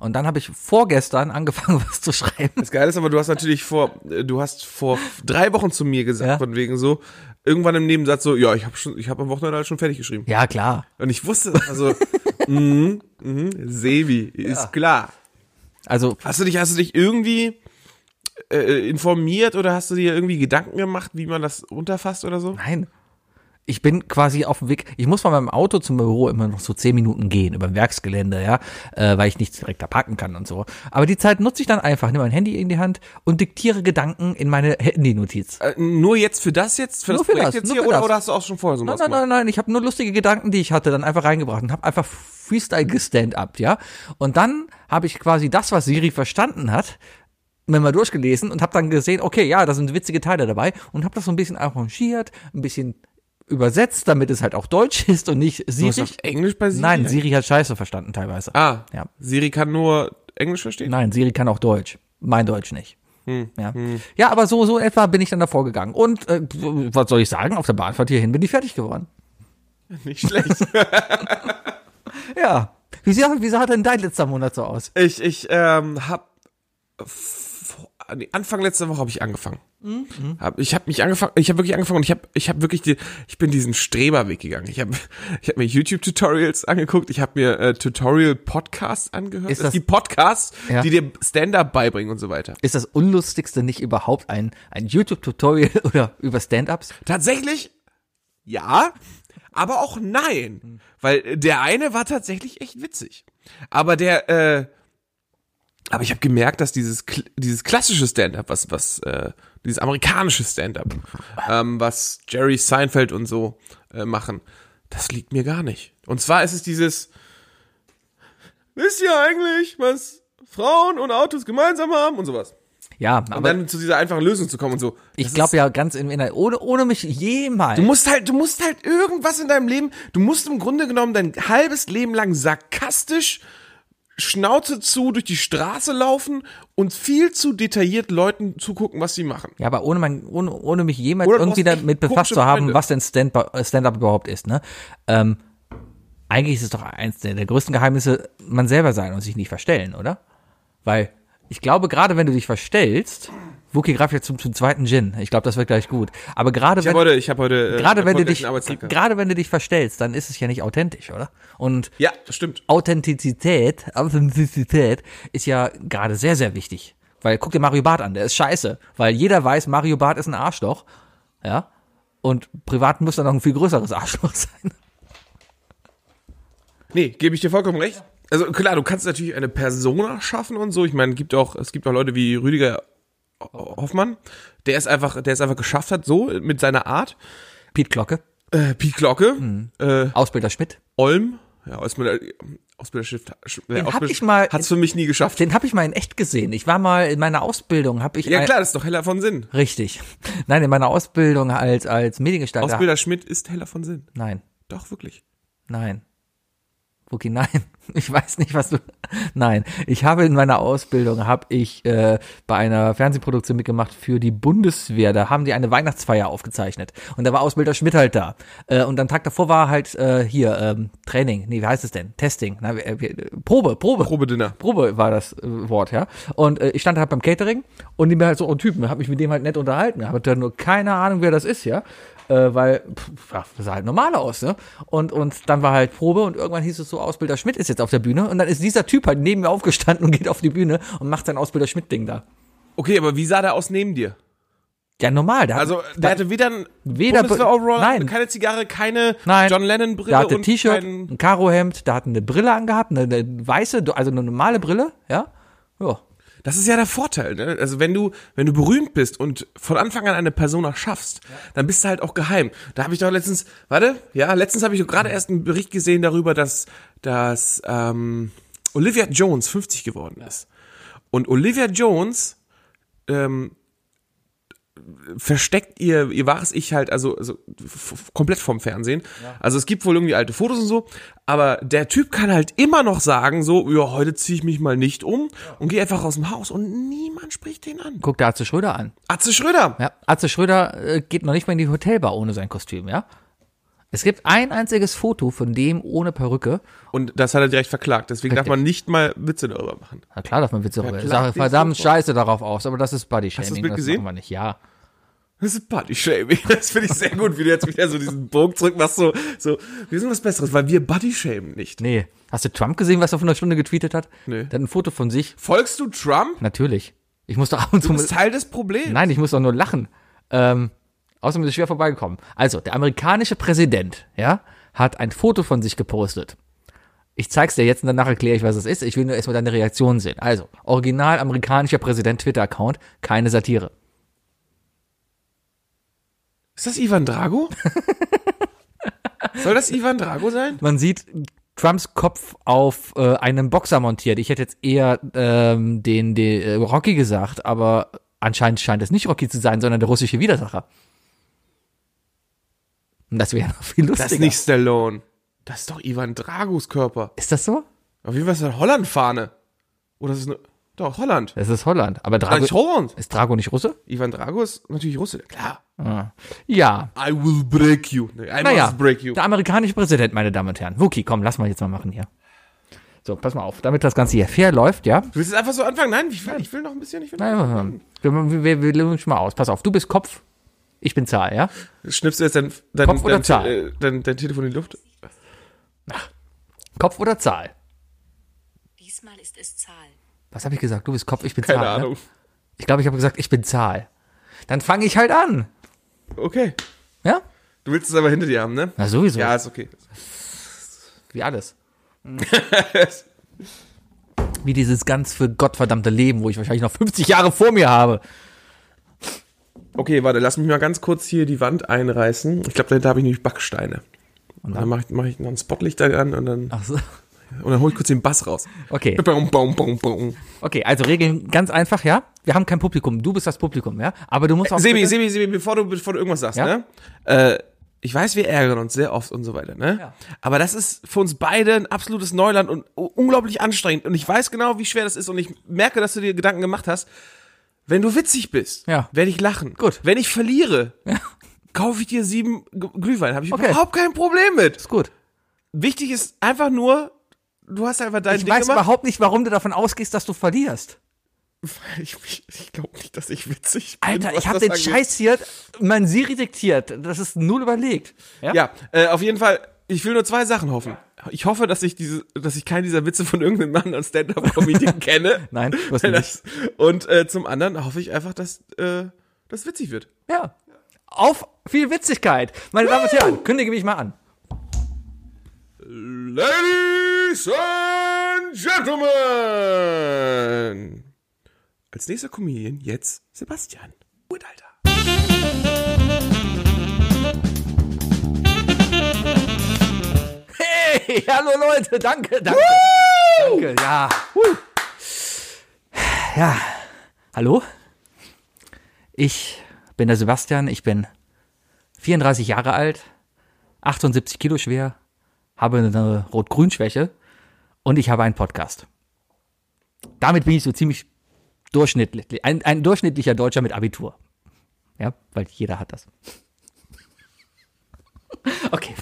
Speaker 1: Und dann habe ich vorgestern angefangen, (laughs) was zu schreiben.
Speaker 2: Das Geile ist aber, du hast natürlich vor, äh, du hast vor drei Wochen zu mir gesagt,
Speaker 1: Ja.
Speaker 2: von wegen so, irgendwann im Nebensatz so, ja, ich habe schon, ich habe am Wochenende halt schon fertig geschrieben.
Speaker 1: Ja, klar.
Speaker 2: Und ich wusste, also, (laughs) mhm, mhm, Sebi, ist klar.
Speaker 1: Also,
Speaker 2: Hast du dich, hast du dich irgendwie äh, informiert oder hast du dir irgendwie Gedanken gemacht, wie man das unterfasst oder so?
Speaker 1: nein. Ich bin quasi auf dem Weg. Ich muss von meinem Auto zum Büro immer noch so zehn Minuten gehen, über dem Werksgelände, ja, äh, weil ich nicht direkt da parken kann und so. Aber die Zeit nutze ich dann einfach, nehme mein Handy in die Hand und diktiere Gedanken in meine Handy-Notiz.
Speaker 2: Äh, nur jetzt für das jetzt, für
Speaker 1: Nur
Speaker 2: das
Speaker 1: für
Speaker 2: Projekt
Speaker 1: das,
Speaker 2: jetzt
Speaker 1: nur
Speaker 2: hier
Speaker 1: für
Speaker 2: oder,
Speaker 1: das.
Speaker 2: oder hast du auch schon vorher so
Speaker 1: Nein,
Speaker 2: was
Speaker 1: nein,
Speaker 2: gemacht?
Speaker 1: nein, nein, ich habe nur lustige Gedanken, die ich hatte, dann einfach reingebracht und habe einfach Freestyle gestand up, ja. Und dann habe ich quasi das, was Siri verstanden hat, mir mal durchgelesen und habe dann gesehen, okay, ja, da sind witzige Teile dabei und habe das so ein bisschen arrangiert, ein bisschen übersetzt, damit es halt auch deutsch (laughs) ist und nicht
Speaker 2: Du
Speaker 1: Siri.
Speaker 2: hast auf Englisch bei Siri?
Speaker 1: Nein, Siri hat Scheiße verstanden teilweise.
Speaker 2: Ah,
Speaker 1: Ja.
Speaker 2: Siri kann nur Englisch verstehen?
Speaker 1: Nein, Siri kann auch Deutsch. Mein Deutsch nicht.
Speaker 2: Hm,
Speaker 1: Ja. ja, aber so, so etwa bin ich dann davor gegangen. Und äh, was soll ich sagen? Auf der Bahnfahrt hierhin bin ich fertig geworden.
Speaker 2: (laughs) Nicht schlecht.
Speaker 1: Ja. Wie sah, wie sah denn dein letzter Monat so aus?
Speaker 2: ich ich ähm, hab vor- nee, Anfang letzter Woche habe ich angefangen.
Speaker 1: Mhm.
Speaker 2: Hab, ich habe mich angefangen, ich habe wirklich angefangen und ich habe ich habe wirklich die, ich bin diesen Streberweg gegangen. Ich habe (laughs) ich habe mir YouTube Tutorials angeguckt, ich habe mir äh, Tutorial Podcasts angehört.
Speaker 1: Ist
Speaker 2: Es
Speaker 1: das-
Speaker 2: gibt Podcasts,
Speaker 1: Ja.
Speaker 2: die dir Stand-up beibringen und so weiter.
Speaker 1: Ist das Unlustigste nicht überhaupt ein, ein YouTube-Tutorial (laughs) oder über Stand-Ups?
Speaker 2: Tatsächlich ja, aber auch nein, weil äh, der eine war tatsächlich echt witzig. Aber der äh aber ich habe gemerkt, dass dieses kl- dieses klassische Stand-up, was was äh, dieses amerikanische Stand-up, ähm, was Jerry Seinfeld und so äh, machen, das liegt mir gar nicht. Und zwar ist es dieses Wisst ihr eigentlich, was Frauen und Autos gemeinsam haben und sowas?
Speaker 1: Ja,
Speaker 2: Und
Speaker 1: aber
Speaker 2: dann zu dieser einfachen Lösung zu kommen und so.
Speaker 1: ich
Speaker 2: Das
Speaker 1: glaube ja ganz im Inneren, ohne, ohne mich jemals.
Speaker 2: Du musst halt, du musst halt irgendwas in deinem Leben, du musst im Grunde genommen dein halbes Leben lang sarkastisch Schnauze zu durch die Straße laufen und viel zu detailliert Leuten zugucken, was sie machen.
Speaker 1: ja, aber ohne, mein, ohne, ohne mich jemals
Speaker 2: Oder du
Speaker 1: irgendwie
Speaker 2: brauchst
Speaker 1: damit
Speaker 2: echt
Speaker 1: befasst zu
Speaker 2: komische
Speaker 1: haben,
Speaker 2: Freunde.
Speaker 1: was denn Stand- äh, Stand-up überhaupt ist. Ne? Ähm, eigentlich ist es doch eins der, der größten Geheimnisse, man selber sein und sich nicht verstellen, oder? Weil ich glaube, gerade wenn du dich verstellst, Wookie greift jetzt zum, zum zweiten Gin. Ich glaube, das wird gleich gut. Aber gerade
Speaker 2: Ich
Speaker 1: wenn,
Speaker 2: habe heute, ich habe heute äh,
Speaker 1: gerade wenn du dich,
Speaker 2: erfolgreichen Arbeitstag gehabt.
Speaker 1: gerade wenn du dich verstellst, dann ist es ja nicht authentisch, oder? Und
Speaker 2: Ja, das stimmt.
Speaker 1: Authentizität, Authentizität ist ja gerade sehr, sehr wichtig. Weil guck dir Mario Barth an, der ist scheiße. Weil jeder weiß, Mario Barth ist ein Arschloch. Ja. Und privat muss er noch ein viel größeres (laughs) Arschloch sein.
Speaker 2: Nee, gebe ich dir vollkommen recht. Also klar, du kannst natürlich eine Persona schaffen und so. Ich meine, gibt auch, es gibt auch Leute wie Rüdiger Hoffmann, der es einfach, der es einfach geschafft hat, so mit seiner Art.
Speaker 1: Piet Glocke,
Speaker 2: Äh, Piet Glocke,
Speaker 1: Mhm.
Speaker 2: äh,
Speaker 1: Ausbilder Schmidt.
Speaker 2: Olm, ja, Ausbilder, Ausbilderschiff,
Speaker 1: Den hab ich mal-
Speaker 2: hat's für mich nie geschafft.
Speaker 1: Den habe ich mal in echt gesehen. Ich war mal in meiner Ausbildung, habe ich
Speaker 2: Ja
Speaker 1: ein-
Speaker 2: klar, das ist doch Heller von Sinn.
Speaker 1: richtig. Nein, in meiner Ausbildung als als Mediengestalter.
Speaker 2: Ausbilder Schmidt ist Heller von Sinn.
Speaker 1: Nein,
Speaker 2: Doch, wirklich.
Speaker 1: nein. Wookie, nein. (laughs) Ich weiß nicht, was du. (laughs) Nein, ich habe in meiner Ausbildung habe ich äh, bei einer Fernsehproduktion mitgemacht für die Bundeswehr. Da haben die eine Weihnachtsfeier aufgezeichnet und da war Ausbilder Schmidt halt da. Äh, und am Tag davor war halt äh, hier ähm, Training. Nee, wie heißt es denn? Testing. Na, äh, äh, Probe, Probe.
Speaker 2: Probedinner.
Speaker 1: Probe war das äh, Wort, ja. Und äh, ich stand halt beim Catering und neben mir halt so einen Typen, habe mich mit dem halt nett unterhalten, habe dann nur keine Ahnung, wer das ist, ja. Äh, weil, pff, ja, sah halt normal aus, ne? Und, und dann war halt Probe und irgendwann hieß es so, Ausbilder Schmidt ist jetzt auf der Bühne und dann ist dieser Typ halt neben mir aufgestanden und (laughs) geht auf die Bühne und macht sein Ausbilder Schmidt-Ding da.
Speaker 2: Okay, aber wie sah der aus neben dir?
Speaker 1: Ja, normal. Der
Speaker 2: Also,
Speaker 1: hat,
Speaker 2: der hatte weder ein
Speaker 1: Weder-
Speaker 2: Bundeswehr-Overall,
Speaker 1: nein.
Speaker 2: keine Zigarre, keine
Speaker 1: Nein.
Speaker 2: John Lennon-Brille
Speaker 1: Der hatte ein
Speaker 2: und
Speaker 1: T-Shirt,
Speaker 2: keinen-
Speaker 1: ein Karohemd, der hatte eine Brille angehabt, eine, eine weiße, also eine normale Brille, ja. Ja.
Speaker 2: Das ist ja der Vorteil, ne? Also wenn du, wenn du berühmt bist und von Anfang an eine Persona schaffst, dann bist du halt auch geheim. Da habe ich doch letztens, warte, ja, letztens habe ich doch gerade erst einen Bericht gesehen darüber, dass, dass ähm, Olivia Jones 50 geworden ist. Und Olivia Jones ähm, versteckt ihr, ihr wahres Ich halt, also, also f- f- komplett vom Fernsehen. Also es gibt wohl irgendwie alte Fotos und so, aber der Typ kann halt immer noch sagen, so, ja, heute ziehe ich mich mal nicht um und gehe einfach aus dem Haus und niemand spricht den an.
Speaker 1: Guck der Atze Schröder an.
Speaker 2: Atze Schröder!
Speaker 1: Ja, Atze Schröder äh, geht noch nicht mal in die Hotelbar ohne sein Kostüm, ja? Es gibt ein einziges Foto von dem ohne Perücke.
Speaker 2: Und das hat er direkt verklagt, deswegen darf
Speaker 1: Richtig.
Speaker 2: man nicht mal Witze darüber machen.
Speaker 1: Na klar darf man Witze darüber. Ich
Speaker 2: klar,
Speaker 1: sage
Speaker 2: die ist
Speaker 1: verdammt
Speaker 2: so-
Speaker 1: scheiße darauf aus, aber das ist Body Shaming.
Speaker 2: das Bild gesehen?
Speaker 1: machen wir nicht, ja.
Speaker 2: Das ist Buddy-Shaming. (laughs) Das finde ich sehr gut, wie du jetzt wieder so diesen Bogen zurückmachst, so, so, wir sind was Besseres, weil wir Buddy-shamen nicht.
Speaker 1: Nee. Hast du Trump gesehen, was er vor einer Stunde getweetet hat?
Speaker 2: Nee.
Speaker 1: Der hat ein Foto von sich.
Speaker 2: Folgst du Trump?
Speaker 1: Natürlich. Ich muss doch ab und zu
Speaker 2: Du
Speaker 1: mal
Speaker 2: bist Teil des Problems.
Speaker 1: Nein, ich muss doch nur lachen. Ähm, außerdem ist es schwer vorbeigekommen. Also, der amerikanische Präsident, ja, hat ein Foto von sich gepostet. Ich zeig's dir jetzt und danach erkläre ich, was es ist. Ich will nur erstmal deine Reaktion sehen. Also, original amerikanischer Präsident Twitter-Account, keine Satire.
Speaker 2: Ist das Ivan Drago? Soll das Ivan Drago sein?
Speaker 1: Man sieht Trumps Kopf auf äh, einem Boxer montiert. Ich hätte jetzt eher ähm, den, den äh, Rocky gesagt, aber anscheinend scheint es nicht Rocky zu sein, sondern der russische Widersacher. Und das wäre noch viel lustiger.
Speaker 2: Das ist nicht Stallone. Das ist doch Ivan Dragos Körper.
Speaker 1: ist das so?
Speaker 2: Auf jeden Fall ist das eine Holland-Fahne. Oder ist es eine. Doch, Holland.
Speaker 1: Das ist Holland. Aber
Speaker 2: Nein,
Speaker 1: Drago,
Speaker 2: nicht Holland.
Speaker 1: ist Drago nicht Russe?
Speaker 2: Ivan Drago ist natürlich Russe. Klar.
Speaker 1: Ja.
Speaker 2: I will break you. Nee, I
Speaker 1: Naja,
Speaker 2: must break you.
Speaker 1: der amerikanische Präsident, meine Damen und Herren. Wookie, komm, lass mal jetzt mal machen hier. So, pass mal auf, damit das Ganze hier fair läuft, ja?
Speaker 2: Du willst jetzt einfach so anfangen? Nein, ich will, ich will noch ein bisschen. Ich will noch.
Speaker 1: Nein, wir, wir, wir, wir lösen schon mal aus. Pass auf, du bist Kopf, ich bin Zahl, ja?
Speaker 2: Schnippst du jetzt dein, dein,
Speaker 1: Kopf oder
Speaker 2: dein,
Speaker 1: Zahl?
Speaker 2: äh, dein, dein Telefon in die Luft?
Speaker 1: Kopf oder Zahl?
Speaker 4: Diesmal ist es Zahl.
Speaker 1: Was habe ich gesagt? Du bist Kopf, ich bin
Speaker 2: Keine
Speaker 1: Zahl. ne?
Speaker 2: Ahnung.
Speaker 1: Ich glaube, ich habe gesagt, ich bin Zahl. Dann fange ich halt an,
Speaker 2: Okay.
Speaker 1: ja?
Speaker 2: Du willst es aber hinter dir haben, ne?
Speaker 1: Na sowieso,
Speaker 2: Ja, ist okay.
Speaker 1: wie
Speaker 2: (laughs)
Speaker 1: alles. wie dieses ganz für gottverdammte Leben, wo ich wahrscheinlich noch 50 Jahre vor mir habe.
Speaker 2: Okay, warte, lass mich mal ganz kurz hier die Wand einreißen. Ich glaube, dahinter habe ich nämlich Backsteine. Und dann mache ich, mach ich noch ein Spotlicht an und dann,
Speaker 1: Ach so.
Speaker 2: und dann hole ich kurz den Bass raus.
Speaker 1: Okay.
Speaker 2: Baum, baum, baum, baum.
Speaker 1: Okay, also Regeln ganz einfach, ja? Wir haben kein Publikum, du bist das Publikum, ja? Aber du musst auch.
Speaker 2: Äh, Sebi,
Speaker 1: bitte-
Speaker 2: Sebi, Sebi, bevor du, bevor du irgendwas sagst,
Speaker 1: Ja?
Speaker 2: ne? Äh, ich weiß, wir ärgern uns sehr oft und so weiter, ne?
Speaker 1: Ja.
Speaker 2: Aber das ist für uns beide ein absolutes Neuland und u- unglaublich anstrengend. Und ich weiß genau, wie schwer das ist und ich merke, dass du dir Gedanken gemacht hast. Wenn du witzig bist,
Speaker 1: Ja.
Speaker 2: werde ich lachen.
Speaker 1: Gut.
Speaker 2: Wenn ich verliere, kaufe ich dir sieben G- Glühwein. Habe ich
Speaker 1: Okay.
Speaker 2: überhaupt kein Problem mit.
Speaker 1: Ist gut.
Speaker 2: Wichtig ist einfach nur, du hast einfach dein
Speaker 1: Ich
Speaker 2: Ding
Speaker 1: weiß
Speaker 2: gemacht.
Speaker 1: überhaupt nicht, warum du davon ausgehst, dass du verlierst.
Speaker 2: Ich, ich, ich glaube nicht, dass ich witzig bin.
Speaker 1: Alter,
Speaker 2: was
Speaker 1: ich habe
Speaker 2: das
Speaker 1: den
Speaker 2: angeht.
Speaker 1: Scheiß hier, mein Siri diktiert. Das ist null überlegt.
Speaker 2: Ja, äh, auf jeden Fall, ich will nur zwei Sachen hoffen. Ich hoffe, dass ich diese, dass ich keinen dieser Witze von irgendeinem anderen Stand-up-Comedian kenne.
Speaker 1: Nein, wirst du
Speaker 2: Weil das, (laughs) und äh, zum anderen hoffe ich einfach, dass äh, das witzig wird.
Speaker 1: Ja. Auf viel Witzigkeit. Meine Damen und Herren, kündige mich mal an.
Speaker 2: Ladies and Gentlemen! Als nächster Comedian jetzt Sebastian. Gut, Alter.
Speaker 1: Hey, (laughs) hallo Leute, danke, danke. Danke, ja. Ja, hallo. Ich bin der Sebastian, ich bin 34 Jahre alt, 78 Kilo schwer, habe eine Rot-Grün-Schwäche und ich habe einen Podcast. Damit bin ich so ziemlich durchschnittlich, ein, ein durchschnittlicher Deutscher mit Abitur. Ja, weil jeder hat das. (laughs) Okay.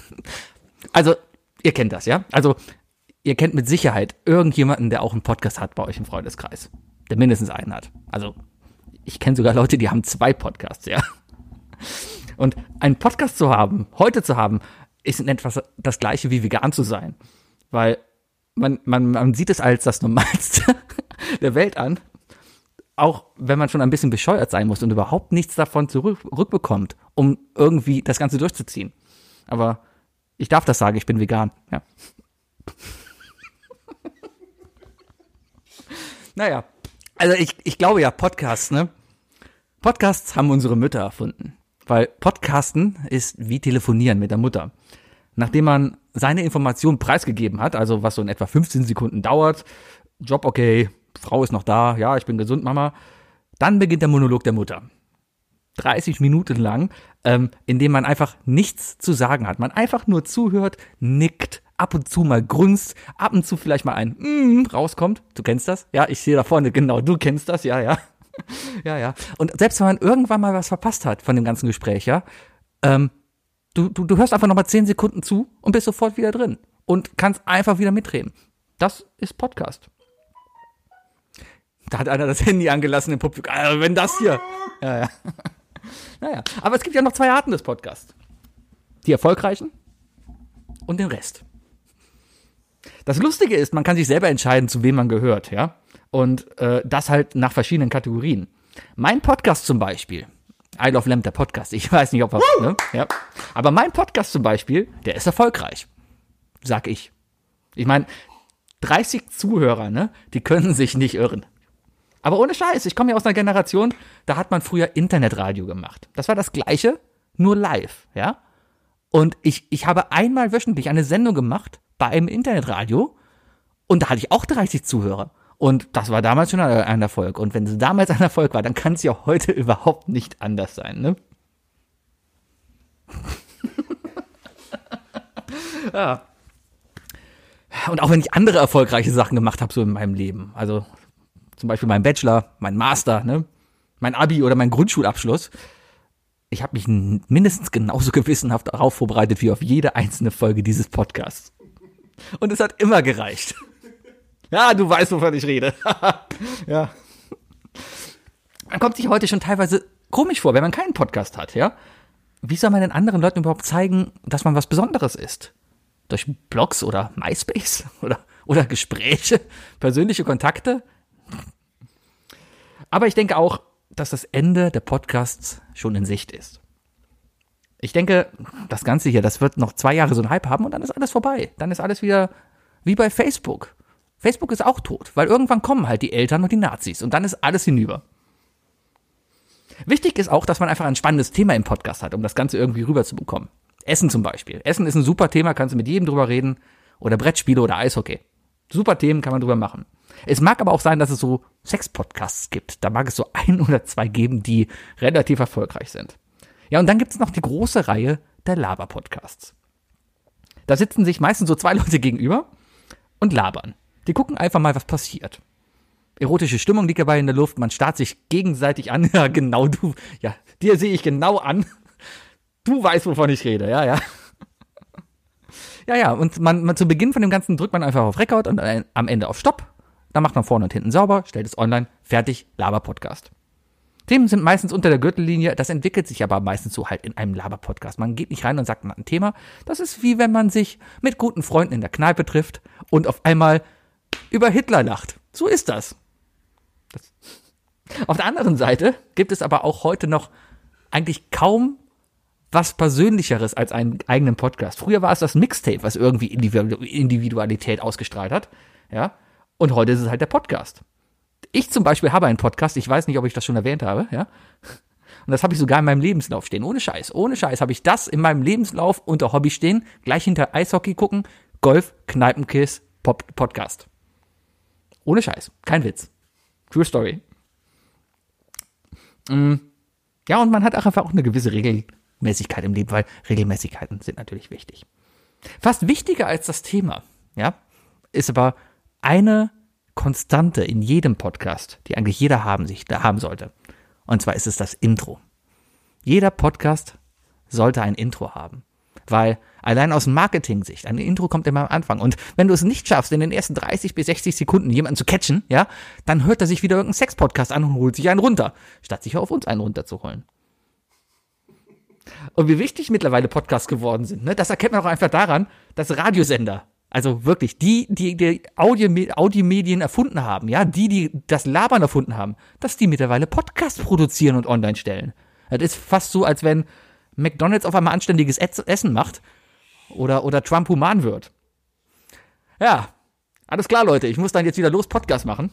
Speaker 1: Also, ihr kennt das, ja? Also, ihr kennt mit Sicherheit irgendjemanden, der auch einen Podcast hat bei euch im Freundeskreis. Der mindestens einen hat. Also, ich kenne sogar Leute, die haben zwei Podcasts, ja? Und einen Podcast zu haben, heute zu haben, ist in etwas das gleiche wie vegan zu sein. Weil man, man, man sieht es als das Normalste (laughs) der Welt an. Auch wenn man schon ein bisschen bescheuert sein muss und überhaupt nichts davon zurückbekommt, um irgendwie das Ganze durchzuziehen. Aber ich darf das sagen, ich bin vegan. Ja. naja, also ich, ich glaube ja, Podcasts, ne? Podcasts haben unsere Mütter erfunden. Weil Podcasten ist wie telefonieren mit der Mutter. Nachdem man seine Information preisgegeben hat, also was so in etwa 15 Sekunden dauert, Job okay, Frau ist noch da, ja, ich bin gesund, Mama, dann beginnt der Monolog der Mutter. 30 Minuten lang, ähm, in dem man einfach nichts zu sagen hat. Man einfach nur zuhört, nickt, ab und zu mal grunzt, ab und zu vielleicht mal ein mm rauskommt. Du kennst das? Ja, ich sehe da vorne, genau, du kennst das, ja, (laughs) ja. ja, ja. Und selbst wenn man irgendwann mal was verpasst hat von dem ganzen Gespräch, ja, ähm, du, du, du hörst einfach nochmal 10 Sekunden zu und bist sofort wieder drin und kannst einfach wieder mitreden. Das ist Podcast. Da hat einer das Handy angelassen im Publikum. Also wenn das hier. Naja, aber es gibt ja noch zwei Arten des Podcasts. Die erfolgreichen und den Rest. Das Lustige ist, man kann sich selber entscheiden, zu wem man gehört, ja. Und äh, das halt nach verschiedenen Kategorien. Mein Podcast zum Beispiel, I Love Lamb, der Podcast, ich (laughs) weiß nicht, ob was, ne? Ja. Aber mein Podcast zum Beispiel, der ist erfolgreich. Sag ich. Ich meine, 30 Zuhörer, ne? Die können sich nicht irren. Aber ohne Scheiß, ich komme ja aus einer Generation, da hat man früher Internetradio gemacht. Das war das gleiche, nur live, ja? Und ich, ich habe einmal wöchentlich eine Sendung gemacht bei einem Internetradio und da hatte ich auch 30 Zuhörer. Und das war damals schon ein ein Erfolg. Und wenn es damals ein Erfolg war, dann kann es ja heute (laughs) überhaupt nicht anders sein, ne? (laughs) ja. Und auch wenn ich andere erfolgreiche Sachen gemacht habe, so in meinem Leben. Also zum Beispiel mein Bachelor, mein Master, ne? mein Abi oder mein Grundschulabschluss. Ich habe mich n- mindestens genauso (laughs) gewissenhaft darauf vorbereitet wie auf jede einzelne Folge dieses Podcasts. Und es hat immer gereicht. (laughs) Ja, du weißt, wovon ich rede. (laughs) ja. Man kommt sich heute schon teilweise komisch vor, wenn man keinen Podcast hat, ja? Wie soll man den anderen Leuten überhaupt zeigen, dass man was Besonderes ist? Durch Blogs oder MySpace (laughs) oder, oder Gespräche, persönliche Kontakte? Aber ich denke auch, dass das Ende der Podcasts schon in Sicht ist. Ich denke, das Ganze hier, das wird noch zwei Jahre so einen Hype haben und dann ist alles vorbei. Dann ist alles wieder wie bei Facebook. Facebook ist auch tot, weil irgendwann kommen halt die Eltern und die Nazis und dann ist alles hinüber. Wichtig ist auch, dass man einfach ein spannendes Thema im Podcast hat, um das Ganze irgendwie rüberzubekommen. Essen zum Beispiel. Essen ist ein super Thema, kannst du mit jedem drüber reden. Oder Brettspiele oder Eishockey. Super Themen kann man drüber machen. Es mag aber auch sein, dass es so Sex-Podcasts gibt. Da mag es so ein (laughs) oder zwei geben, die relativ erfolgreich sind. Ja, und dann gibt es noch die große Reihe der Laber-Podcasts. Da sitzen sich meistens so zwei (laughs) Leute gegenüber und labern. Die gucken einfach mal, was passiert. Erotische Stimmung liegt dabei in der Luft, man starrt sich gegenseitig an. (laughs) Ja, genau, du, ja, dir sehe ich genau an. Du weißt, wovon ich rede, ja, ja. Ja, ja, und man, man zu Beginn von dem Ganzen drückt man einfach auf Record und ein, am Ende auf Stopp. Dann macht man vorne und hinten sauber, stellt es online, fertig, Laber-Podcast. Themen sind meistens unter der Gürtellinie, das entwickelt sich aber meistens so halt in einem Laber-Podcast. Man geht nicht rein und sagt, man hat ein Thema. Das ist wie wenn man sich mit guten Freunden in der Kneipe trifft und auf einmal über Hitler lacht. So ist das. das. Auf der anderen Seite gibt es aber auch heute noch eigentlich kaum was Persönlicheres als einen eigenen Podcast. Früher war es das Mixtape, was irgendwie Individu- Individualität ausgestrahlt hat. Ja. Und heute ist es halt der Podcast. Ich zum Beispiel habe einen Podcast, ich weiß nicht, ob ich das schon erwähnt habe, ja. Und das habe ich sogar in meinem Lebenslauf stehen. Ohne Scheiß, ohne Scheiß habe ich das in meinem Lebenslauf unter Hobby stehen, gleich hinter Eishockey gucken, Golf, Kneipenkiss, Pop Podcast. Ohne Scheiß, kein Witz. True Story. Mm. Ja, und man hat auch einfach auch eine gewisse Regelmäßigkeit im Leben, weil Regelmäßigkeiten sind natürlich wichtig. Fast wichtiger als das Thema, ja, ist aber eine Konstante in jedem Podcast, die eigentlich jeder haben, sich, haben sollte. Und zwar ist es das Intro. Jeder Podcast sollte ein Intro haben. Weil allein aus Marketing-Sicht, ein Intro kommt immer am Anfang. Und wenn du es nicht schaffst, in den ersten 30 bis 60 Sekunden jemanden zu catchen, ja, dann hört er sich wieder irgendeinen Sex-Podcast an und holt sich einen runter, statt sich auf uns einen runterzuholen. Und wie wichtig mittlerweile Podcasts geworden sind, ne, das erkennt man auch einfach daran, dass Radiosender, also wirklich die, die die Audio- Audiomedien erfunden haben, ja, die, die das Labern erfunden haben, dass die mittlerweile Podcasts produzieren und online stellen. Das ist fast so, als wenn McDonalds auf einmal anständiges Etz- Essen macht oder, oder Trump human wird. Ja, alles klar, Leute, ich muss dann jetzt wieder los Podcast machen.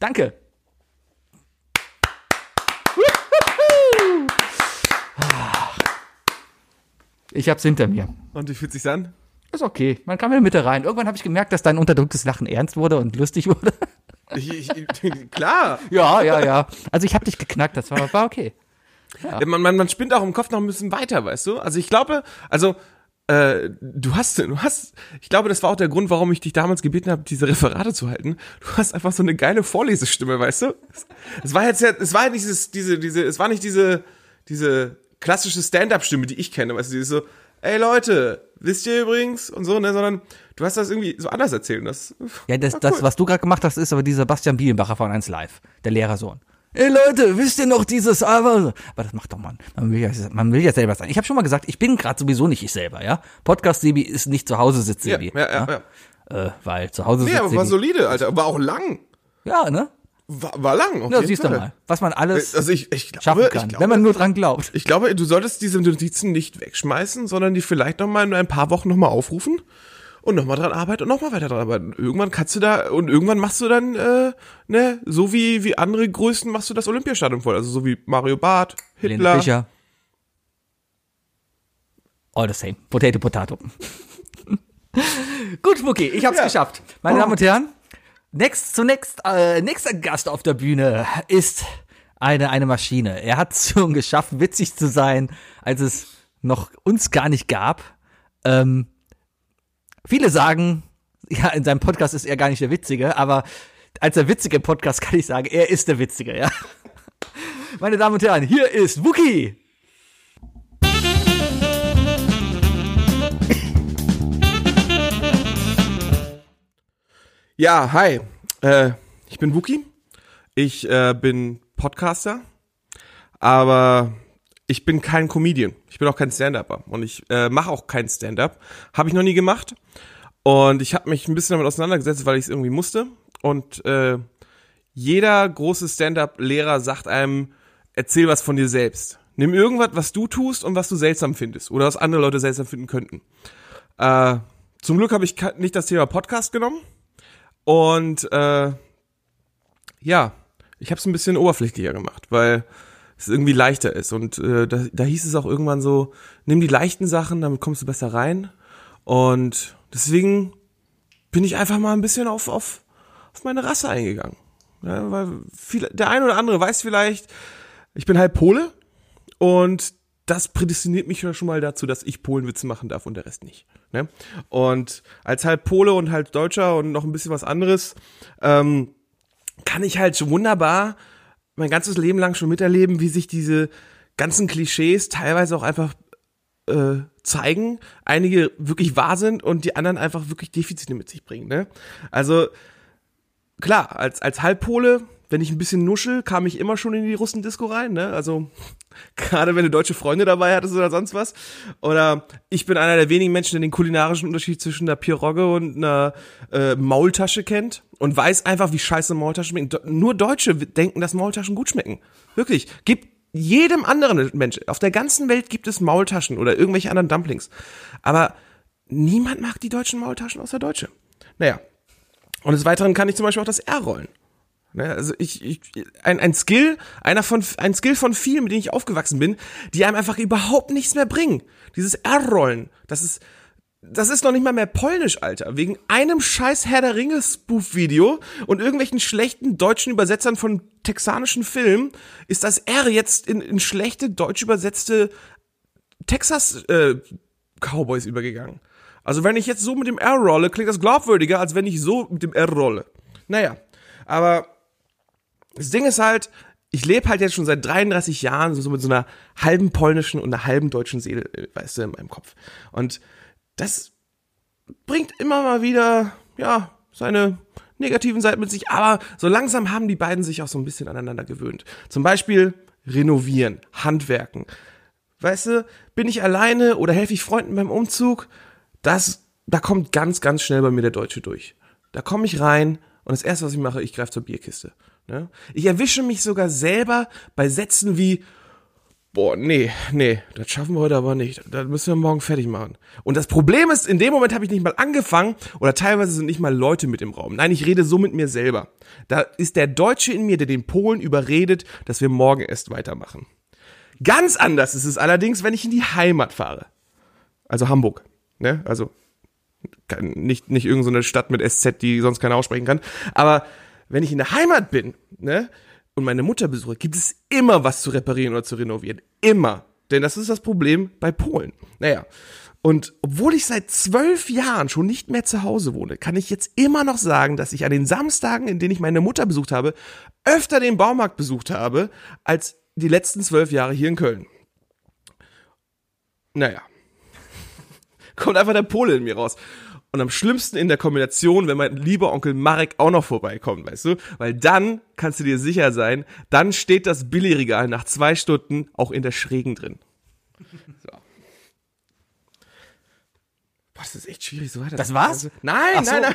Speaker 1: Danke. Ich hab's hinter mir.
Speaker 2: Und wie fühlt sich's an?
Speaker 1: Ist okay, man kam in die Mitte rein. Irgendwann habe ich gemerkt, dass dein unterdrücktes Lachen ernst wurde und lustig (laughs) wurde.
Speaker 2: Ich, (laughs) ich, klar.
Speaker 1: Ja, ja, ja. Also ich habe dich geknackt, das war, war okay.
Speaker 2: Man, man, man spinnt auch im Kopf noch ein bisschen weiter, weißt du? Also ich glaube, also äh, du hast, du hast, ich glaube, das war auch der Grund, warum ich dich damals gebeten habe, diese Referate zu halten. Du hast einfach so eine geile Vorlesestimme, weißt du? Es, es war jetzt, ja- es war halt nicht dieses, diese, diese, es war nicht diese, diese klassische Stand-up-Stimme, die ich kenne, weißt du? Die ist so, ey Leute, wisst ihr übrigens und so, ne? Sondern du hast das irgendwie so anders erzählt. und Das,
Speaker 1: Ja, das,
Speaker 2: war
Speaker 1: das
Speaker 2: cool.
Speaker 1: was du gerade gemacht hast, ist aber dieser Bastian Bielenbacher von 1 Live, der Lehrersohn. Ey Leute, wisst ihr noch dieses aber? Aber das macht doch man. Man will ja, man will ja selber sein. Ich habe schon mal gesagt, ich bin gerade sowieso nicht ich selber, ja? Podcast Sebi ist nicht zu Hause sitzt
Speaker 2: Ja,
Speaker 1: Sebi.
Speaker 2: ja, ja, ja.
Speaker 1: Äh, weil zu Hause
Speaker 2: Nee,
Speaker 1: sitzt
Speaker 2: aber war
Speaker 1: Sebi.
Speaker 2: solide, Alter. War auch lang.
Speaker 1: ja, ne?
Speaker 2: War, war lang. auf
Speaker 1: Ja,
Speaker 2: jeden
Speaker 1: siehst du
Speaker 2: Fall.
Speaker 1: mal, was man alles
Speaker 2: Also ich, ich glaube,
Speaker 1: schaffen kann,
Speaker 2: ich glaube,
Speaker 1: wenn man nur dran glaubt.
Speaker 2: Ich glaube, du solltest diese Notizen nicht wegschmeißen, sondern die vielleicht noch mal in ein paar Wochen noch mal aufrufen und noch mal dran arbeiten und noch mal weiter dran arbeiten. Irgendwann kannst du da und irgendwann machst du dann äh, ne, so wie wie andere Größen machst du das Olympiastadion voll, also so wie Mario Barth,
Speaker 1: Helene
Speaker 2: Hitler.
Speaker 1: Fischer. All the same. Potato, potato. Gut, Mucki, ich hab's
Speaker 2: Ja. Oh.
Speaker 1: geschafft. Meine Damen und Herren, next, zunächst, äh, nächster Gast auf der Bühne ist eine, eine Maschine. Er hat es (laughs) schon geschafft, witzig zu sein, als es noch uns gar nicht gab. Ähm, viele sagen, ja, in seinem Podcast ist er gar nicht der Witzige, aber als der Witzige im Podcast kann ich sagen, er ist der Witzige, ja. (laughs) Meine Damen und Herren, hier ist Wookie.
Speaker 2: Ja, hi. Äh, ich bin Wookie. Ich äh, bin Podcaster. Aber ich bin kein Comedian. Ich bin auch kein Stand-Upper. Und ich äh, mache auch kein Stand-Up. Habe ich noch nie gemacht. Und ich habe mich ein bisschen damit auseinandergesetzt, weil ich es irgendwie musste. Und äh, jeder große Stand-Up-Lehrer sagt einem, erzähl was von dir selbst. Nimm irgendwas, was du tust und was du seltsam findest. Oder was andere Leute seltsam finden könnten. Äh, zum Glück habe ich ka- nicht das Thema Podcast genommen. Und äh, ja, ich habe es ein bisschen oberflächlicher gemacht, weil es irgendwie leichter ist. Und äh, da, da hieß es auch irgendwann so, nimm die leichten Sachen, damit kommst du besser rein. Und deswegen bin ich einfach mal ein bisschen auf, auf, auf meine Rasse eingegangen. Ja, weil viel, der eine oder andere weiß vielleicht, ich bin halb Pole und das prädestiniert mich ja schon mal dazu, dass ich Polenwitze machen darf und der Rest nicht. Ne? Und als halb Pole und halb Deutscher und noch ein bisschen was anderes, ähm, kann ich halt schon wunderbar mein ganzes Leben lang schon miterleben, wie sich diese ganzen Klischees teilweise auch einfach äh, zeigen. Einige wirklich wahr sind und die anderen einfach wirklich Defizite mit sich bringen. Ne? Also klar, als, als Halbpole, wenn ich ein bisschen nuschel, kam ich immer schon in die Russendisco rein, ne? Also, (laughs) gerade wenn du deutsche Freunde dabei hattest oder sonst was. Oder ich bin einer der wenigen Menschen, der den kulinarischen Unterschied zwischen einer Pirogge und einer äh, Maultasche kennt und weiß einfach, wie scheiße Maultaschen schmecken. Do- Nur Deutsche denken, dass Maultaschen gut schmecken. Wirklich. Gibt jedem anderen Mensch, auf der ganzen Welt gibt es Maultaschen oder irgendwelche anderen Dumplings. Aber niemand mag die deutschen Maultaschen außer Deutsche. Naja, und des Weiteren kann ich zum Beispiel auch das R rollen. Ne, also ich, ich ein, ein Skill, einer von ein Skill von vielen, mit denen ich aufgewachsen bin, die einem einfach überhaupt nichts mehr bringen. Dieses R-Rollen, das ist das ist noch nicht mal mehr polnisch, Alter. Wegen einem scheiß Herr der Ringe Spoof-Video und irgendwelchen schlechten deutschen Übersetzern von texanischen Filmen ist das R jetzt in, in schlechte deutsch übersetzte Texas äh, Cowboys übergegangen. Also wenn ich jetzt so mit dem R rolle, klingt das glaubwürdiger, als wenn ich so mit dem R rolle. Naja, aber das Ding ist halt, ich lebe halt jetzt schon seit 33 Jahren so mit so einer halben polnischen und einer halben deutschen Seele, äh, weißt du, in meinem Kopf. Und das bringt immer mal wieder, ja, seine negativen Seiten mit sich, aber so langsam haben die beiden sich auch so ein bisschen aneinander gewöhnt. Zum Beispiel renovieren, handwerken. Weißt du, bin ich alleine oder helfe ich Freunden beim Umzug? Das, da kommt ganz, ganz schnell bei mir der Deutsche durch. Da komme ich rein und das erste, was ich mache, ich greife zur Bierkiste. Ne? Ich erwische mich sogar selber bei Sätzen wie, boah, nee, nee, das schaffen wir heute aber nicht. Das müssen wir morgen fertig machen. Und das Problem ist, in dem Moment habe ich nicht mal angefangen oder teilweise sind nicht mal Leute mit im Raum. Nein, ich rede so mit mir selber. Da ist der Deutsche in mir, der den Polen überredet, dass wir morgen erst weitermachen. Ganz anders ist es allerdings, wenn ich in die Heimat fahre. Also Hamburg. Ne? Also kein- nicht, nicht irgendeine Stadt mit SZ, die sonst keiner aussprechen kann. Aber wenn ich in der Heimat bin ne, und meine Mutter besuche, gibt es immer was zu reparieren oder zu renovieren. Immer. Denn das ist das Problem bei Polen. Naja. Und obwohl ich seit zwölf Jahren schon nicht mehr zu Hause wohne, kann ich jetzt immer noch sagen, dass ich an den Samstagen, in denen ich meine Mutter besucht habe, öfter den Baumarkt besucht habe, als die letzten zwölf Jahre hier in Köln. Naja (laughs) kommt einfach der Pole in mir raus. Und am schlimmsten in der Kombination, wenn mein lieber Onkel Marek auch noch vorbeikommt, weißt du? Weil dann kannst du dir sicher sein, dann steht das Billigregal nach zwei Stunden auch in der Schrägen drin. So. Boah, das ist echt schwierig, so weiter.
Speaker 1: Das
Speaker 2: Also,
Speaker 1: war's?
Speaker 2: Nein,
Speaker 1: Ach so.
Speaker 2: nein, nein.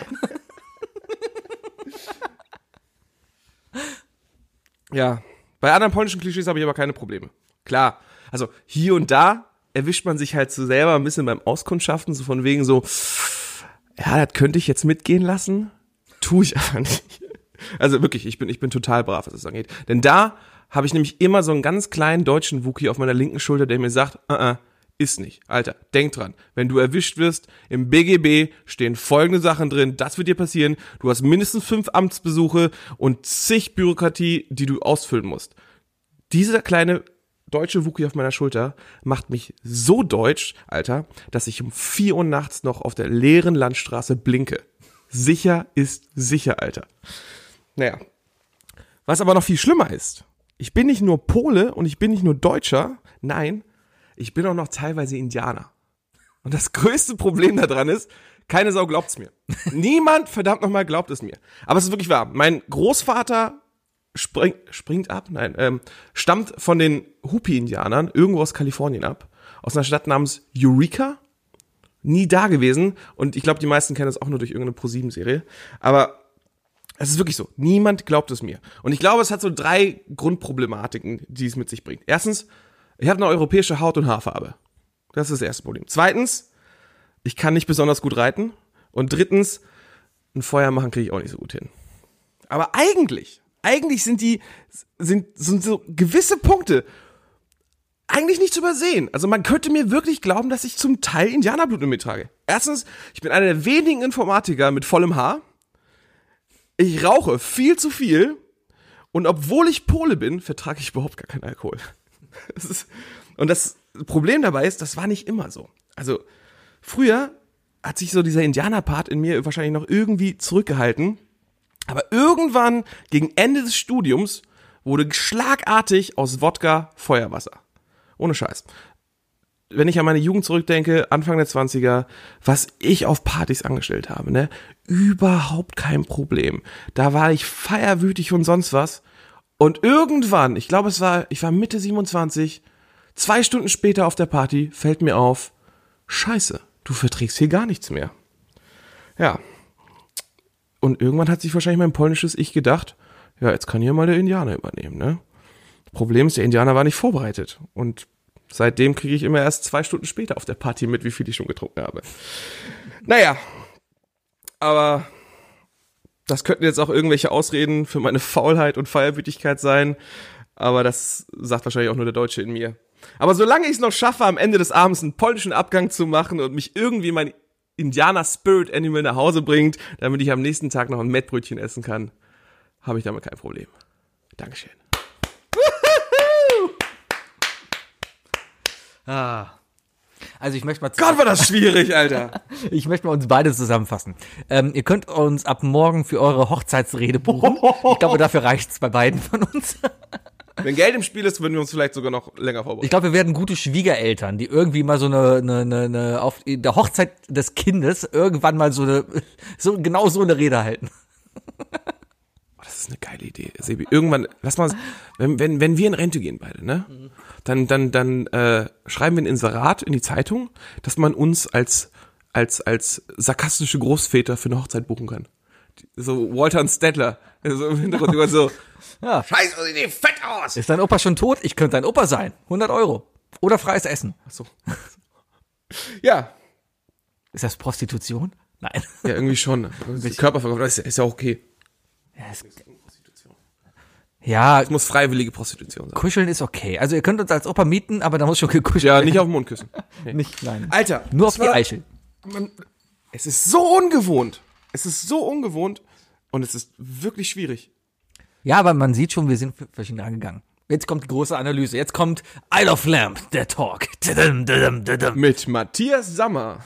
Speaker 2: Ja, bei anderen polnischen Klischees habe ich aber keine Probleme. Klar, also hier und da erwischt man sich halt so selber ein bisschen beim Auskundschaften, so von wegen so, ja, das könnte ich jetzt mitgehen lassen, tue ich aber nicht. Also wirklich, ich bin, ich bin total brav, was das angeht. Denn da habe ich nämlich immer so einen ganz kleinen deutschen Wookie auf meiner linken Schulter, der mir sagt, uh -uh, ist nicht. Alter, denk dran, wenn du erwischt wirst, im BGB stehen folgende Sachen drin, das wird dir passieren, du hast mindestens fünf Amtsbesuche und zig Bürokratie, die du ausfüllen musst dieser kleine deutsche Wookie auf meiner Schulter macht mich so deutsch, Alter, dass ich um 4 Uhr nachts noch auf der leeren Landstraße blinke. Sicher ist sicher, Alter. Naja. Was aber noch viel schlimmer ist, ich bin nicht nur Pole und ich bin nicht nur Deutscher, nein, ich bin auch noch teilweise Indianer. Und das größte Problem daran ist, Keine Sau glaubt's mir. Niemand, verdammt nochmal, glaubt es mir. Aber es ist wirklich wahr. Mein Großvater spring, springt ab, nein, ähm, stammt von den Hupi-Indianern irgendwo aus Kalifornien ab. Aus einer Stadt namens Eureka. Nie da gewesen. Und ich glaube, die meisten kennen das auch nur durch irgendeine Pro-7-Serie. Aber es ist wirklich so. Niemand glaubt es mir. Und ich glaube, es hat so drei Grundproblematiken, die es mit sich bringt. Erstens, ich habe eine europäische Haut- und Haarfarbe. Das ist das erste Problem. Zweitens, ich kann nicht besonders gut reiten. Und drittens, ein Feuer machen kriege ich auch nicht so gut hin. Aber eigentlich, eigentlich sind die, sind, sind so gewisse Punkte eigentlich nicht zu übersehen. Also man könnte mir wirklich glauben, dass ich zum Teil Indianerblut in mir trage. Erstens, ich bin einer der wenigen Informatiker mit vollem Haar. Ich rauche viel zu viel. Und obwohl ich Pole bin, vertrage ich überhaupt gar keinen Alkohol. (laughs) Das ist, und das Problem dabei ist, das war nicht immer so. Also früher hat sich so dieser Indianer-Part in mir wahrscheinlich noch irgendwie zurückgehalten. Aber irgendwann, gegen Ende des Studiums, wurde schlagartig aus Wodka Feuerwasser. Ohne Scheiß. Wenn ich an meine Jugend zurückdenke, Anfang der 20er, was ich auf Partys angestellt habe, ne? Überhaupt kein Problem. Da war ich feierwütig und sonst was. Und irgendwann, ich glaube, es war, ich war Mitte 27, zwei Stunden später auf der Party, fällt mir auf, Scheiße, du verträgst hier gar nichts mehr. Ja. Und irgendwann hat sich wahrscheinlich mein polnisches Ich gedacht, ja, jetzt kann hier mal der Indianer übernehmen, ne? Problem ist, der Indianer war nicht vorbereitet. Und seitdem kriege ich immer erst zwei Stunden später auf der Party mit, wie viel ich schon getrunken habe. Naja. Aber das könnten jetzt auch irgendwelche Ausreden für meine Faulheit und Feierwütigkeit sein. Aber das sagt wahrscheinlich auch nur der Deutsche in mir. Aber solange ich es noch schaffe, am Ende des Abends einen polnischen Abgang zu machen und mich irgendwie mein Indianer Spirit Animal nach Hause bringt, damit ich am nächsten Tag noch ein Mettbrötchen essen kann, habe ich damit kein Problem. Dankeschön.
Speaker 1: Ah. Also ich möchte mal
Speaker 2: Gott, war das schwierig, Alter.
Speaker 1: Ich möchte mal uns beide zusammenfassen. Ähm, ihr könnt uns ab morgen für eure Hochzeitsrede buchen. Ich glaube, dafür reicht's bei beiden von uns.
Speaker 2: (laughs) Wenn Geld im Spiel ist, würden wir uns vielleicht sogar noch länger
Speaker 1: Ich
Speaker 2: vorbereiten.
Speaker 1: glaube, wir werden gute Schwiegereltern, die irgendwie mal so eine, eine, eine, eine auf der Hochzeit des Kindes irgendwann mal so eine, so genau so eine Rede halten.
Speaker 2: Oh, das ist eine geile Idee, Sebi. Irgendwann, lass mal, wenn, wenn, wenn wir in Rente gehen beide, ne? Dann, dann, dann äh, schreiben wir ein Inserat in die Zeitung, dass man uns als, als, als sarkastische Großväter für eine Hochzeit buchen kann. Die- So Walter und Stettler. äh, So im Hintergrund immer (laughs) so,
Speaker 1: Ja.
Speaker 2: scheiße, sieht Also die fett aus.
Speaker 1: Ist dein Opa schon tot? Ich könnte dein Opa sein. 100 Euro. Oder freies Essen.
Speaker 2: Ach so. Ja,
Speaker 1: Ist das Prostitution? Nein.
Speaker 2: ja, irgendwie schon. Körperverkauf, das ist, ja- ist ja auch okay.
Speaker 1: Ja,
Speaker 2: Es muss freiwillige Prostitution sein.
Speaker 1: kuscheln ist okay. Also ihr könnt uns als Opa mieten, aber da muss schon gekuschelt
Speaker 2: Ja, nicht auf den Mund küssen.
Speaker 1: Nicht, nein.
Speaker 2: Alter,
Speaker 1: Nur auf
Speaker 2: das
Speaker 1: die
Speaker 2: war-
Speaker 1: Eichel.
Speaker 2: man, es ist so ungewohnt. Es ist so ungewohnt und es ist wirklich schwierig.
Speaker 1: Ja, aber man sieht schon, wir sind verschieden angegangen. Jetzt kommt die große Analyse. Jetzt kommt Isle of Lamp, der Talk. Dadum, dadum, dadum.
Speaker 2: Mit Matthias Sammer,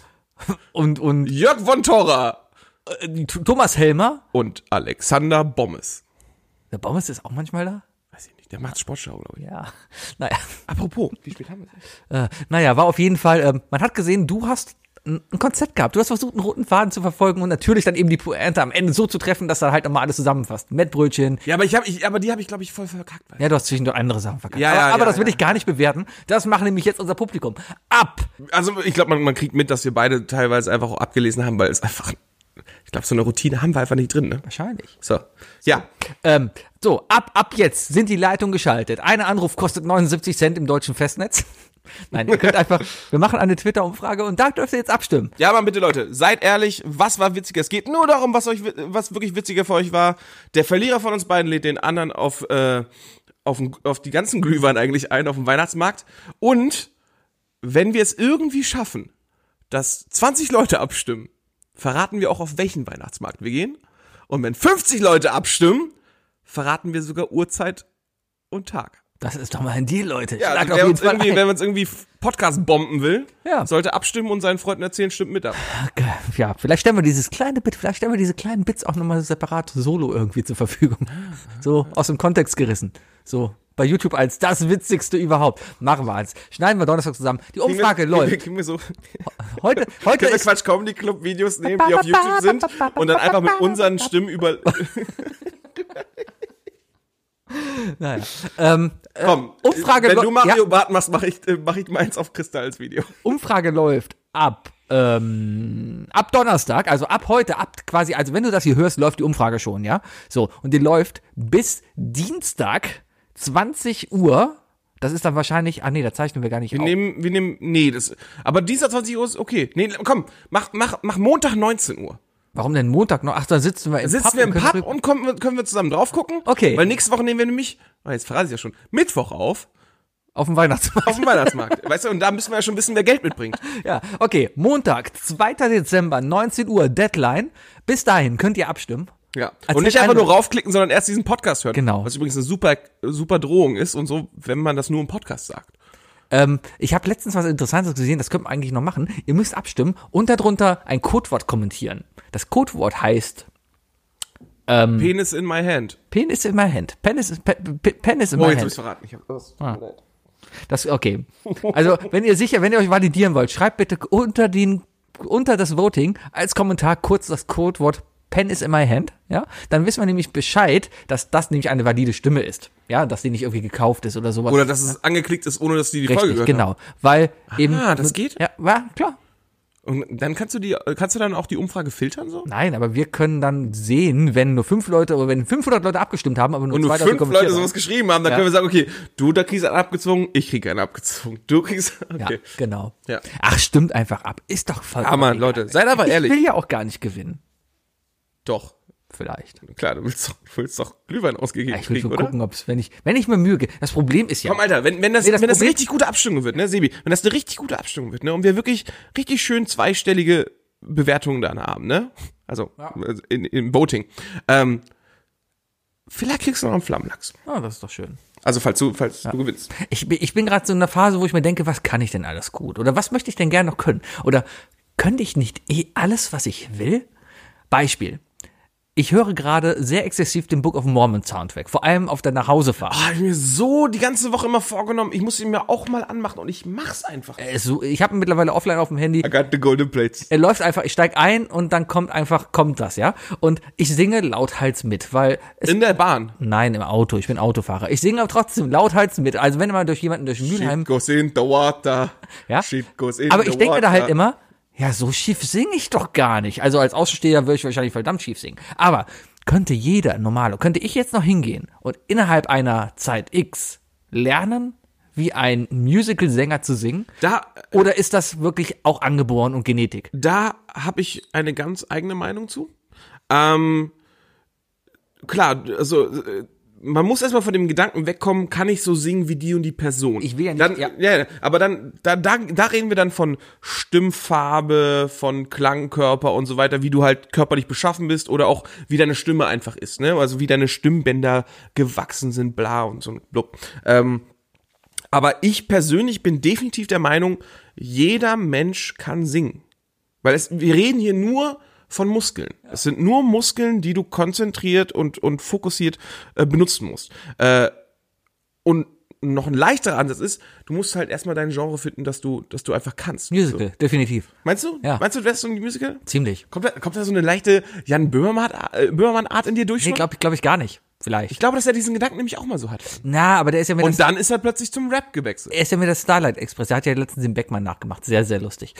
Speaker 1: Und, und
Speaker 2: Jörg von Torra
Speaker 1: äh, Thomas Helmer.
Speaker 2: und Alexander Bommes.
Speaker 1: Der Bommes ist auch manchmal da.
Speaker 2: Weiß ich nicht, der macht Sportschau, glaube ich. (laughs)
Speaker 1: Ja, naja,
Speaker 2: Apropos, wie spät haben wir es?
Speaker 1: äh, naja, war auf jeden Fall, ähm, man hat gesehen, du hast ein ein Konzept gehabt. Du hast versucht, einen roten Faden zu verfolgen und natürlich dann eben die Pointe am Ende so zu treffen, dass da halt nochmal alles zusammenfasst. Mettbrötchen.
Speaker 2: Ja, aber, ich hab, ich, aber die habe ich, glaube ich, voll verkackt. Weil
Speaker 1: Ja, du hast zwischendurch andere Sachen verkauft.
Speaker 2: Ja,
Speaker 1: aber
Speaker 2: ja,
Speaker 1: aber
Speaker 2: ja,
Speaker 1: das will
Speaker 2: ja.
Speaker 1: ich gar nicht bewerten. Das machen nämlich jetzt unser Publikum. Ab!
Speaker 2: Also ich glaube, man, man kriegt mit, dass wir beide teilweise einfach auch abgelesen haben, weil es einfach, ich glaube, so eine Routine haben wir einfach nicht drin. Ne?
Speaker 1: Wahrscheinlich.
Speaker 2: So, ja,
Speaker 1: Ähm, so, ab, ab jetzt sind die Leitungen geschaltet. Einer Anruf kostet 79 Cent im deutschen Festnetz. (laughs) Nein, ihr könnt einfach, wir machen eine Twitter-Umfrage und da dürft ihr jetzt abstimmen.
Speaker 2: Ja, aber bitte Leute, seid ehrlich, was war witziger? Es geht nur darum, was euch, wi- was wirklich witziger für euch war. Der Verlierer von uns beiden lädt den anderen auf, äh, auf, den- auf die ganzen Glühwein eigentlich ein, auf dem Weihnachtsmarkt. Und wenn wir es irgendwie schaffen, dass 20 Leute abstimmen, verraten wir auch, auf welchen Weihnachtsmarkt wir gehen. Und wenn 50 Leute abstimmen, verraten wir sogar Uhrzeit und Tag.
Speaker 1: Das ist doch mal ein Deal, Leute.
Speaker 2: Ja,
Speaker 1: Schlagt
Speaker 2: also
Speaker 1: auf
Speaker 2: wer
Speaker 1: jeden
Speaker 2: uns
Speaker 1: Fall
Speaker 2: irgendwie,
Speaker 1: ein.
Speaker 2: wenn man uns irgendwie Podcast bomben will,
Speaker 1: Ja.
Speaker 2: sollte abstimmen und seinen Freunden erzählen, stimmt mit ab.
Speaker 1: ja, vielleicht stellen wir dieses kleine Bit, vielleicht stellen wir diese kleinen Bits auch nochmal separat solo irgendwie zur Verfügung. So aus dem Kontext gerissen. So. bei YouTube als das Witzigste überhaupt. Machen wir eins. Schneiden wir Donnerstag zusammen. Die Umfrage
Speaker 2: (laughs) Kriegen wir-
Speaker 1: läuft.
Speaker 2: kriegen wir so, (laughs)
Speaker 1: Heute, heute
Speaker 2: können wir
Speaker 1: ist
Speaker 2: Quatsch Comedy Club Videos nehmen, die auf YouTube sind und dann einfach mit unseren Stimmen über.
Speaker 1: naja. ähm,
Speaker 2: Komm, äh,
Speaker 1: Umfrage
Speaker 2: wenn
Speaker 1: lo-
Speaker 2: du Mario Bart machst, mache ich, äh, mach ich meins auf Kristalls Video.
Speaker 1: Umfrage läuft ab ähm, ab Donnerstag, also ab heute, ab quasi, also wenn du das hier hörst, läuft die Umfrage schon, ja? So, und die läuft bis Dienstag 20 Uhr. Das ist dann wahrscheinlich, ah nee, da zeichnen wir gar nicht
Speaker 2: Wir
Speaker 1: auf.
Speaker 2: nehmen, wir nehmen, nee, das, aber dieser 20 Uhr ist okay. Nee, komm, mach, mach, mach Montag 19 Uhr.
Speaker 1: Warum denn Montag noch? Ach, da sitzen wir im
Speaker 2: Sitzen
Speaker 1: Pub.
Speaker 2: wir im
Speaker 1: und können
Speaker 2: Pub
Speaker 1: drüber-
Speaker 2: und kommen, können wir zusammen drauf gucken.
Speaker 1: Okay.
Speaker 2: Weil nächste Woche nehmen wir nämlich, ah, jetzt verrate ich ja schon, Mittwoch auf,
Speaker 1: auf dem Weihnachtsmarkt.
Speaker 2: auf dem (laughs) Weihnachtsmarkt. weißt du, und da müssen wir ja schon wissen, wer Geld mitbringt.
Speaker 1: Ja, okay, Montag, 2. Dezember, 19 Uhr, Deadline. Bis dahin könnt ihr abstimmen.
Speaker 2: Ja.
Speaker 1: Erzählt
Speaker 2: und nicht einfach
Speaker 1: einem-
Speaker 2: nur raufklicken, sondern erst diesen Podcast hören.
Speaker 1: also- Genau.
Speaker 2: Was übrigens eine super, super Drohung ist und so, wenn man das nur im Podcast sagt.
Speaker 1: Ähm, ich habe letztens was Interessantes gesehen, das könnte man eigentlich noch machen. Ihr müsst abstimmen und darunter ein Codewort kommentieren. Das Codewort heißt Mhm.
Speaker 2: Penis in my hand.
Speaker 1: Pen is in my hand. Pen is, pe, pe, pen is in
Speaker 2: Oh,
Speaker 1: my
Speaker 2: jetzt hab ich's
Speaker 1: hand.
Speaker 2: verraten. Ich hab, das,
Speaker 1: Das, okay. Also, wenn ihr sicher, wenn ihr euch validieren wollt, schreibt bitte unter den, unter das Voting als Kommentar kurz das Codewort Pen is in my hand, ja? Dann wissen wir nämlich Bescheid, dass das nämlich eine valide Stimme ist. Ja, dass die nicht irgendwie gekauft ist oder sowas.
Speaker 2: Oder dass es angeklickt ist, ohne dass die die Folge
Speaker 1: Richtig,
Speaker 2: gehört
Speaker 1: genau. Weil eben.
Speaker 2: Ah, das geht?
Speaker 1: Ja, war, klar. genau.
Speaker 2: haben. Und dann kannst du die, kannst du dann auch die Umfrage filtern so?
Speaker 1: Nein, aber wir können dann sehen, wenn nur fünf Leute oder wenn 500 Leute abgestimmt haben, aber nur,
Speaker 2: Und nur
Speaker 1: zwei
Speaker 2: fünf
Speaker 1: kommentiert
Speaker 2: Leute
Speaker 1: haben.
Speaker 2: sowas geschrieben haben, dann
Speaker 1: ne? Ja.
Speaker 2: können wir sagen, okay, du, da kriegst einen abgezogen, ich krieg einen abgezogen. Du kriegst,
Speaker 1: Ja,
Speaker 2: okay.
Speaker 1: genau.
Speaker 2: Ja.
Speaker 1: Ach, stimmt einfach ab. Ist doch voll.
Speaker 2: Ah, Mann, Leute, seid aber
Speaker 1: Ich will
Speaker 2: ehrlich.
Speaker 1: ja auch gar nicht gewinnen.
Speaker 2: Doch.
Speaker 1: Vielleicht.
Speaker 2: Klar, du willst doch, du willst doch Glühwein ausgegeben
Speaker 1: Ich will
Speaker 2: kriegen,
Speaker 1: schon
Speaker 2: oder?
Speaker 1: gucken, ob es, wenn ich, wenn ich mir Mühe gebe. Das Problem ist ja.
Speaker 2: Komm, Alter, wenn, wenn das,
Speaker 1: Nee, das
Speaker 2: wenn das eine
Speaker 1: Problem-
Speaker 2: richtig gute Abstimmung wird, ne, Sebi, wenn das eine richtig gute Abstimmung wird, ne, und wir wirklich richtig schön zweistellige Bewertungen dann haben, ne? Also, also in, im Voting. Ähm, vielleicht kriegst du noch einen Flammenlachs.
Speaker 1: Ah, das ist doch schön.
Speaker 2: Also, falls du, falls du gewinnst.
Speaker 1: Ich bin, ich bin gerade so in einer Phase, wo ich mir denke, was kann ich denn alles gut? Oder was möchte ich denn gern noch können? Oder könnte ich nicht eh alles, was ich will? Beispiel. Ich höre gerade sehr exzessiv den Book of Mormon Soundtrack, vor allem auf der Nachhausefahrt.
Speaker 2: Ah, hab ich mir so die ganze Woche immer vorgenommen, ich muss ihn mir auch mal anmachen und ich mach's einfach.
Speaker 1: Es ist so- Ich habe ihn mittlerweile offline auf dem Handy.
Speaker 2: I got the golden plates.
Speaker 1: Er läuft einfach, ich steig ein und dann kommt einfach, kommt das, ja? Und ich singe lauthals mit, weil es
Speaker 2: In der Bahn.
Speaker 1: Nein, im Auto. Ich bin Autofahrer. Ich singe aber trotzdem lauthals mit. Also wenn man durch jemanden durch Mülheim,
Speaker 2: Shit goes in the water.
Speaker 1: ja.
Speaker 2: Shit goes in
Speaker 1: Aber
Speaker 2: the
Speaker 1: ich denke mir
Speaker 2: water.
Speaker 1: da halt immer, ja, so schief singe ich doch gar nicht. Also als Außensteher würde ich wahrscheinlich verdammt schief singen. Aber könnte jeder normalo, könnte ich jetzt noch hingehen und innerhalb einer Zeit X lernen, wie ein Musical-Sänger zu singen?
Speaker 2: Da,
Speaker 1: Oder ist das wirklich auch angeboren und Genetik?
Speaker 2: da habe ich eine ganz eigene Meinung zu. Ähm, klar, also äh, man muss erstmal von dem Gedanken wegkommen, kann ich so singen wie die und die Person.
Speaker 1: Ich will ja nicht-
Speaker 2: Dann,
Speaker 1: ja.
Speaker 2: ja. ja, aber dann, da, da, da reden wir dann von Stimmfarbe, von Klangkörper und so weiter, wie du halt körperlich beschaffen bist oder auch wie deine Stimme einfach ist, ne? Also wie deine Stimmbänder gewachsen sind, bla und so ein blub. Ähm, aber ich persönlich bin definitiv der Meinung, jeder Mensch kann singen. Weil es, wir reden hier nur von Muskeln. Es sind nur Muskeln, die du konzentriert und, und fokussiert äh, benutzen musst. Äh, und noch ein leichterer Ansatz ist, du musst halt erstmal dein Genre finden, dass du, dass du einfach kannst.
Speaker 1: Musical, definitiv.
Speaker 2: Meinst du?
Speaker 1: Ja.
Speaker 2: Meinst du, du wärst so ein Musical?
Speaker 1: Ziemlich.
Speaker 2: Kommt da, kommt da so eine leichte Jan Böhmermann-Art äh, Böhmermann in dir durch?
Speaker 1: Nee, glaube glaub ich gar nicht. Vielleicht.
Speaker 2: ich glaube, dass er diesen Gedanken nämlich auch mal so hat.
Speaker 1: Na, aber der ist ja mit
Speaker 2: Und dann ist er plötzlich zum Rap gewechselt.
Speaker 1: er ist ja mit der Starlight Express. Der hat ja letztens den Beckmann nachgemacht. Sehr, sehr lustig.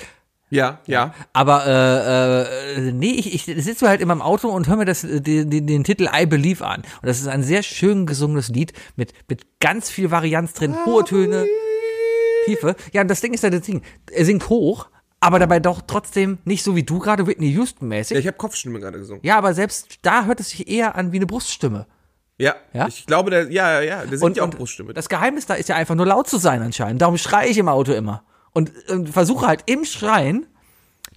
Speaker 2: Ja, ja.
Speaker 1: Aber äh, äh, nee, ich, ich sitze halt immer im Auto und höre mir das, äh, den, den, den Titel I Believe an. Und das ist ein sehr schön gesungenes Lied mit, mit ganz viel Varianz drin, hohe Töne, Tiefe. Ja, und das Ding ist ja das Ding. Er singt hoch, aber dabei doch trotzdem nicht so wie du gerade Whitney
Speaker 2: Ja,
Speaker 1: Houston-mäßig.
Speaker 2: ich habe Kopfstimme gerade gesungen.
Speaker 1: Ja, aber selbst da hört es sich eher an wie eine Bruststimme.
Speaker 2: Ja.
Speaker 1: Ja?
Speaker 2: Ich glaube, der, ja, ja, ja, der singt ja auch Bruststimme.
Speaker 1: Das Geheimnis da ist ja einfach nur laut zu sein anscheinend. Darum schreie ich im Auto immer. Und, und versuche halt im Schreien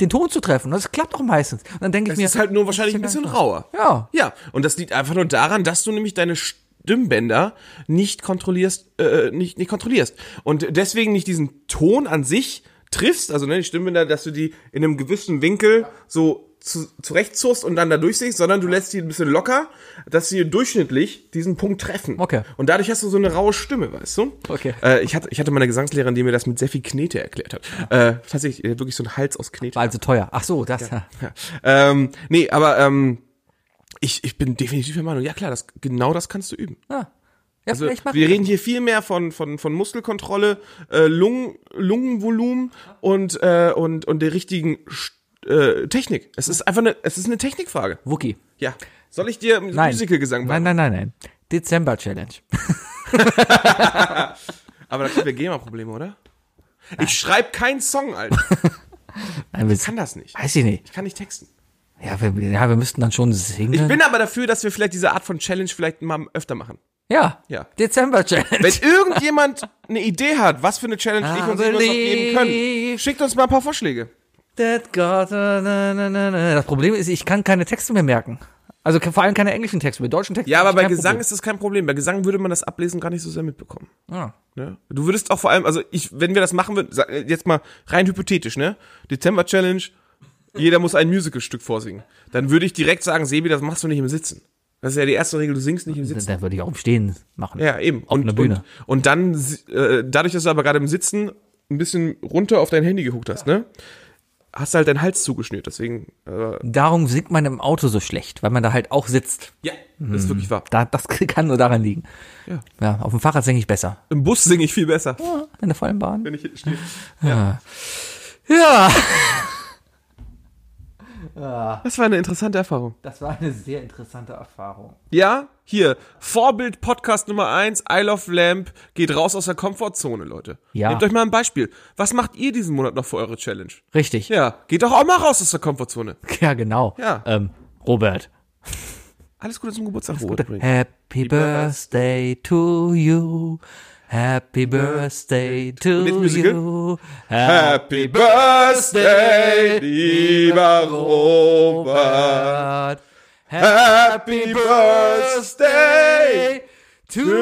Speaker 1: den Ton zu treffen. Und das klappt auch meistens. Und dann denke ich
Speaker 2: Es
Speaker 1: mir.
Speaker 2: ist halt nur wahrscheinlich ein
Speaker 1: das ist ja
Speaker 2: bisschen
Speaker 1: ganz
Speaker 2: rauer.
Speaker 1: Ja.
Speaker 2: Ja, und das liegt einfach nur daran, dass du nämlich deine Stimmbänder nicht kontrollierst, äh, nicht, nicht kontrollierst. Und deswegen nicht diesen Ton an sich triffst, also ne, die Stimmbänder, dass du die in einem gewissen Winkel so zu, zurechtzurst und dann da durchsichst, sondern du lässt die ein bisschen locker, dass sie durchschnittlich diesen Punkt treffen.
Speaker 1: Okay.
Speaker 2: Und dadurch hast du so eine raue Stimme, weißt du?
Speaker 1: Okay.
Speaker 2: Äh, ich, hatte, ich hatte meine Gesangslehrerin, die mir das mit sehr viel Knete erklärt hat. Äh, tatsächlich, äh, wirklich so ein Hals aus Knete.
Speaker 1: War also teuer. Ach so, das. Ja.
Speaker 2: Ähm, nee, aber ähm, ich, ich bin definitiv der Meinung, ja klar, das, genau das kannst du üben.
Speaker 1: Ja,
Speaker 2: Also,
Speaker 1: vielleicht machen
Speaker 2: wir reden hier viel mehr von, von, von Muskelkontrolle, äh, Lungen, Lungenvolumen und, äh, und, und der richtigen Sch- äh, Technik. Es ist einfach eine, es ist eine Technikfrage.
Speaker 1: Wookie.
Speaker 2: Ja. Soll ich dir
Speaker 1: Nein.
Speaker 2: Musical-Gesang
Speaker 1: Nein,
Speaker 2: machen?
Speaker 1: nein, nein, nein. Dezember Challenge.
Speaker 2: Aber da kriegen wir GEMA-Probleme, oder? Ich schreibe keinen Song, Alter.
Speaker 1: Nein,
Speaker 2: Ich kann das nicht.
Speaker 1: Weiß ich nicht.
Speaker 2: Ich kann nicht texten.
Speaker 1: Ja, wir, ja, wir müssten dann schon singen.
Speaker 2: Ich bin aber dafür, dass wir vielleicht diese Art von Challenge vielleicht mal öfter machen.
Speaker 1: ja.
Speaker 2: Ja.
Speaker 1: Dezember Challenge.
Speaker 2: Wenn irgendjemand eine Idee hat, was für eine Challenge ich und sie uns noch geben können, schickt uns mal ein paar Vorschläge.
Speaker 1: That God, na, na, na, na, na. Das Problem ist, ich kann keine Texte mehr merken. Also ke- vor allem keine englischen Texte mehr. Deutschen Texte.
Speaker 2: Ja, aber
Speaker 1: hab ich
Speaker 2: bei
Speaker 1: kein
Speaker 2: Gesang
Speaker 1: Problem.
Speaker 2: ist das kein Problem. Bei Gesang würde man das Ablesen gar nicht so sehr mitbekommen.
Speaker 1: Ah.
Speaker 2: Ne? Du würdest auch vor allem, also ich, wenn wir das machen würden, sag- jetzt mal rein hypothetisch, ne? Dezember Challenge, jeder muss ein Musicalstück vorsingen. Dann würde ich direkt sagen, Sebi, das machst du nicht im Sitzen. Das ist ja die erste Regel, du singst nicht im Sitzen.
Speaker 1: Dann würde ich auch im Stehen machen.
Speaker 2: Ja, eben.
Speaker 1: Auf einer Bühne.
Speaker 2: Und, und dann, si- äh, dadurch, dass du aber gerade im Sitzen ein bisschen runter auf dein Handy geguckt hast, ne? Hast du halt deinen Hals zugeschnürt, deswegen. Äh,
Speaker 1: Darum singt man im Auto so schlecht, weil man da halt auch sitzt.
Speaker 2: ja, das ist wirklich wahr.
Speaker 1: Mhm. Da, das (laughs) kann nur daran liegen.
Speaker 2: Ja. Ah.
Speaker 1: Ja, auf dem Fahrrad singe ich besser.
Speaker 2: Im Bus singe ich viel besser,
Speaker 1: In der vollen Bahn.
Speaker 2: wenn ich hier stehe.
Speaker 1: Ja.
Speaker 2: Das war eine interessante Erfahrung.
Speaker 1: Das war eine sehr interessante Erfahrung.
Speaker 2: Ja, hier. Vorbild Podcast Nummer eins I Love Lamp, geht raus aus der Komfortzone, Leute.
Speaker 1: Ja.
Speaker 2: Nehmt euch mal ein Beispiel. Was macht ihr diesen Monat noch für eure Challenge?
Speaker 1: Richtig.
Speaker 2: Ja, geht doch auch mal raus aus der Komfortzone.
Speaker 1: Ja, genau.
Speaker 2: Ja.
Speaker 1: Ähm, Robert.
Speaker 2: Alles Gute zum Geburtstag, Robert. übrigens.
Speaker 1: Happy Birthday to you. Happy Birthday to
Speaker 2: jetzt Musical?
Speaker 1: you. Happy
Speaker 2: Happy Birthday, lieber Robert.
Speaker 1: Robert.
Speaker 2: Happy Birthday
Speaker 1: to
Speaker 2: to you.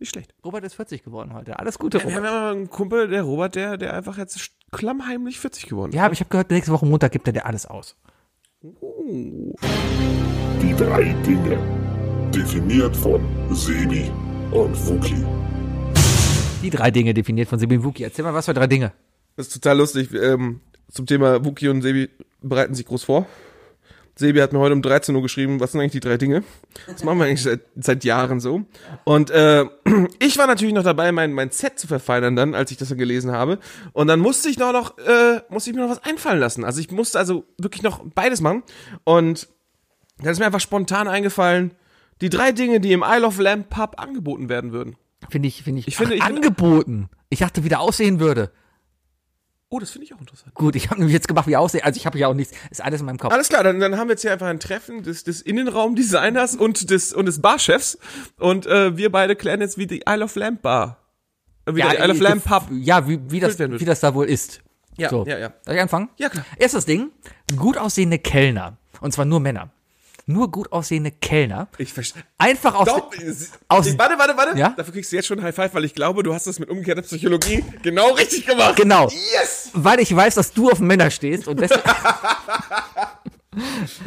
Speaker 2: Nicht schlecht.
Speaker 1: Robert ist 40 geworden heute. Alles Gute,
Speaker 2: Wir haben
Speaker 1: Robert.
Speaker 2: ja mal einen Kumpel, der Robert, der, der einfach jetzt sch- klammheimlich 40 geworden ist.
Speaker 1: Ja, aber ich habe gehört, nächste Woche Montag gibt er dir alles aus.
Speaker 5: Die drei Dinge. Definiert von Sebi und Wookie.
Speaker 1: Die drei Dinge definiert von Sebin Wuki. Erzähl mal, was für drei Dinge.
Speaker 2: Das ist total lustig. Ähm, zum Thema Wookie und Sebi bereiten sich groß vor. Sebi hat mir heute um 13 Uhr geschrieben, was sind eigentlich die drei Dinge? Das machen wir eigentlich seit, seit Jahren so. Und äh, (clears throat) ich war natürlich noch dabei, mein, mein Set zu verfeinern dann, als ich das dann gelesen habe. Und dann musste ich noch, noch äh, musste ich mir noch was einfallen lassen. Also ich musste also wirklich noch beides machen. Und dann ist mir einfach spontan eingefallen, die drei Dinge, die im Isle of Lamp Pub angeboten werden würden.
Speaker 1: Finde ich, finde ich,
Speaker 2: Ich finde-
Speaker 1: Ach,
Speaker 2: ich finde-
Speaker 1: angeboten. Ich dachte, wie der aussehen würde.
Speaker 2: Oh, das finde ich auch interessant.
Speaker 1: Gut, ich habe nämlich jetzt gemacht, wie er aussehen. Also ich habe ja auch nichts. Ist alles in meinem Kopf.
Speaker 2: Alles klar, dann, dann haben wir jetzt hier einfach ein Treffen des, des Innenraumdesigners und des, und des Barchefs. Und äh, wir beide klären jetzt, wie die Isle of Lamp Bar. Äh, Wie die Isle of
Speaker 1: ich-
Speaker 2: Lamp Pub.
Speaker 1: Ja, wie, wie, das,
Speaker 2: Gefüllt werden wird.
Speaker 1: wie das da wohl ist.
Speaker 2: Ja,
Speaker 1: so.
Speaker 2: ja, ja.
Speaker 1: Soll ich anfangen?
Speaker 2: Ja, klar.
Speaker 1: Erstes Ding, gut aussehende Kellner. Und zwar nur Männer. Nur gut aussehende Kellner.
Speaker 2: Ich verstehe.
Speaker 1: Einfach aus...
Speaker 2: Glaub,
Speaker 1: aus-
Speaker 2: ich, warte, warte, warte.
Speaker 1: Ja?
Speaker 2: Dafür kriegst du jetzt schon ein High Five, weil ich glaube, du hast das mit umgekehrter Psychologie genau richtig gemacht.
Speaker 1: Genau.
Speaker 2: Yes!
Speaker 1: weil ich weiß, dass du auf Männer stehst und
Speaker 2: (laughs)
Speaker 1: deswegen...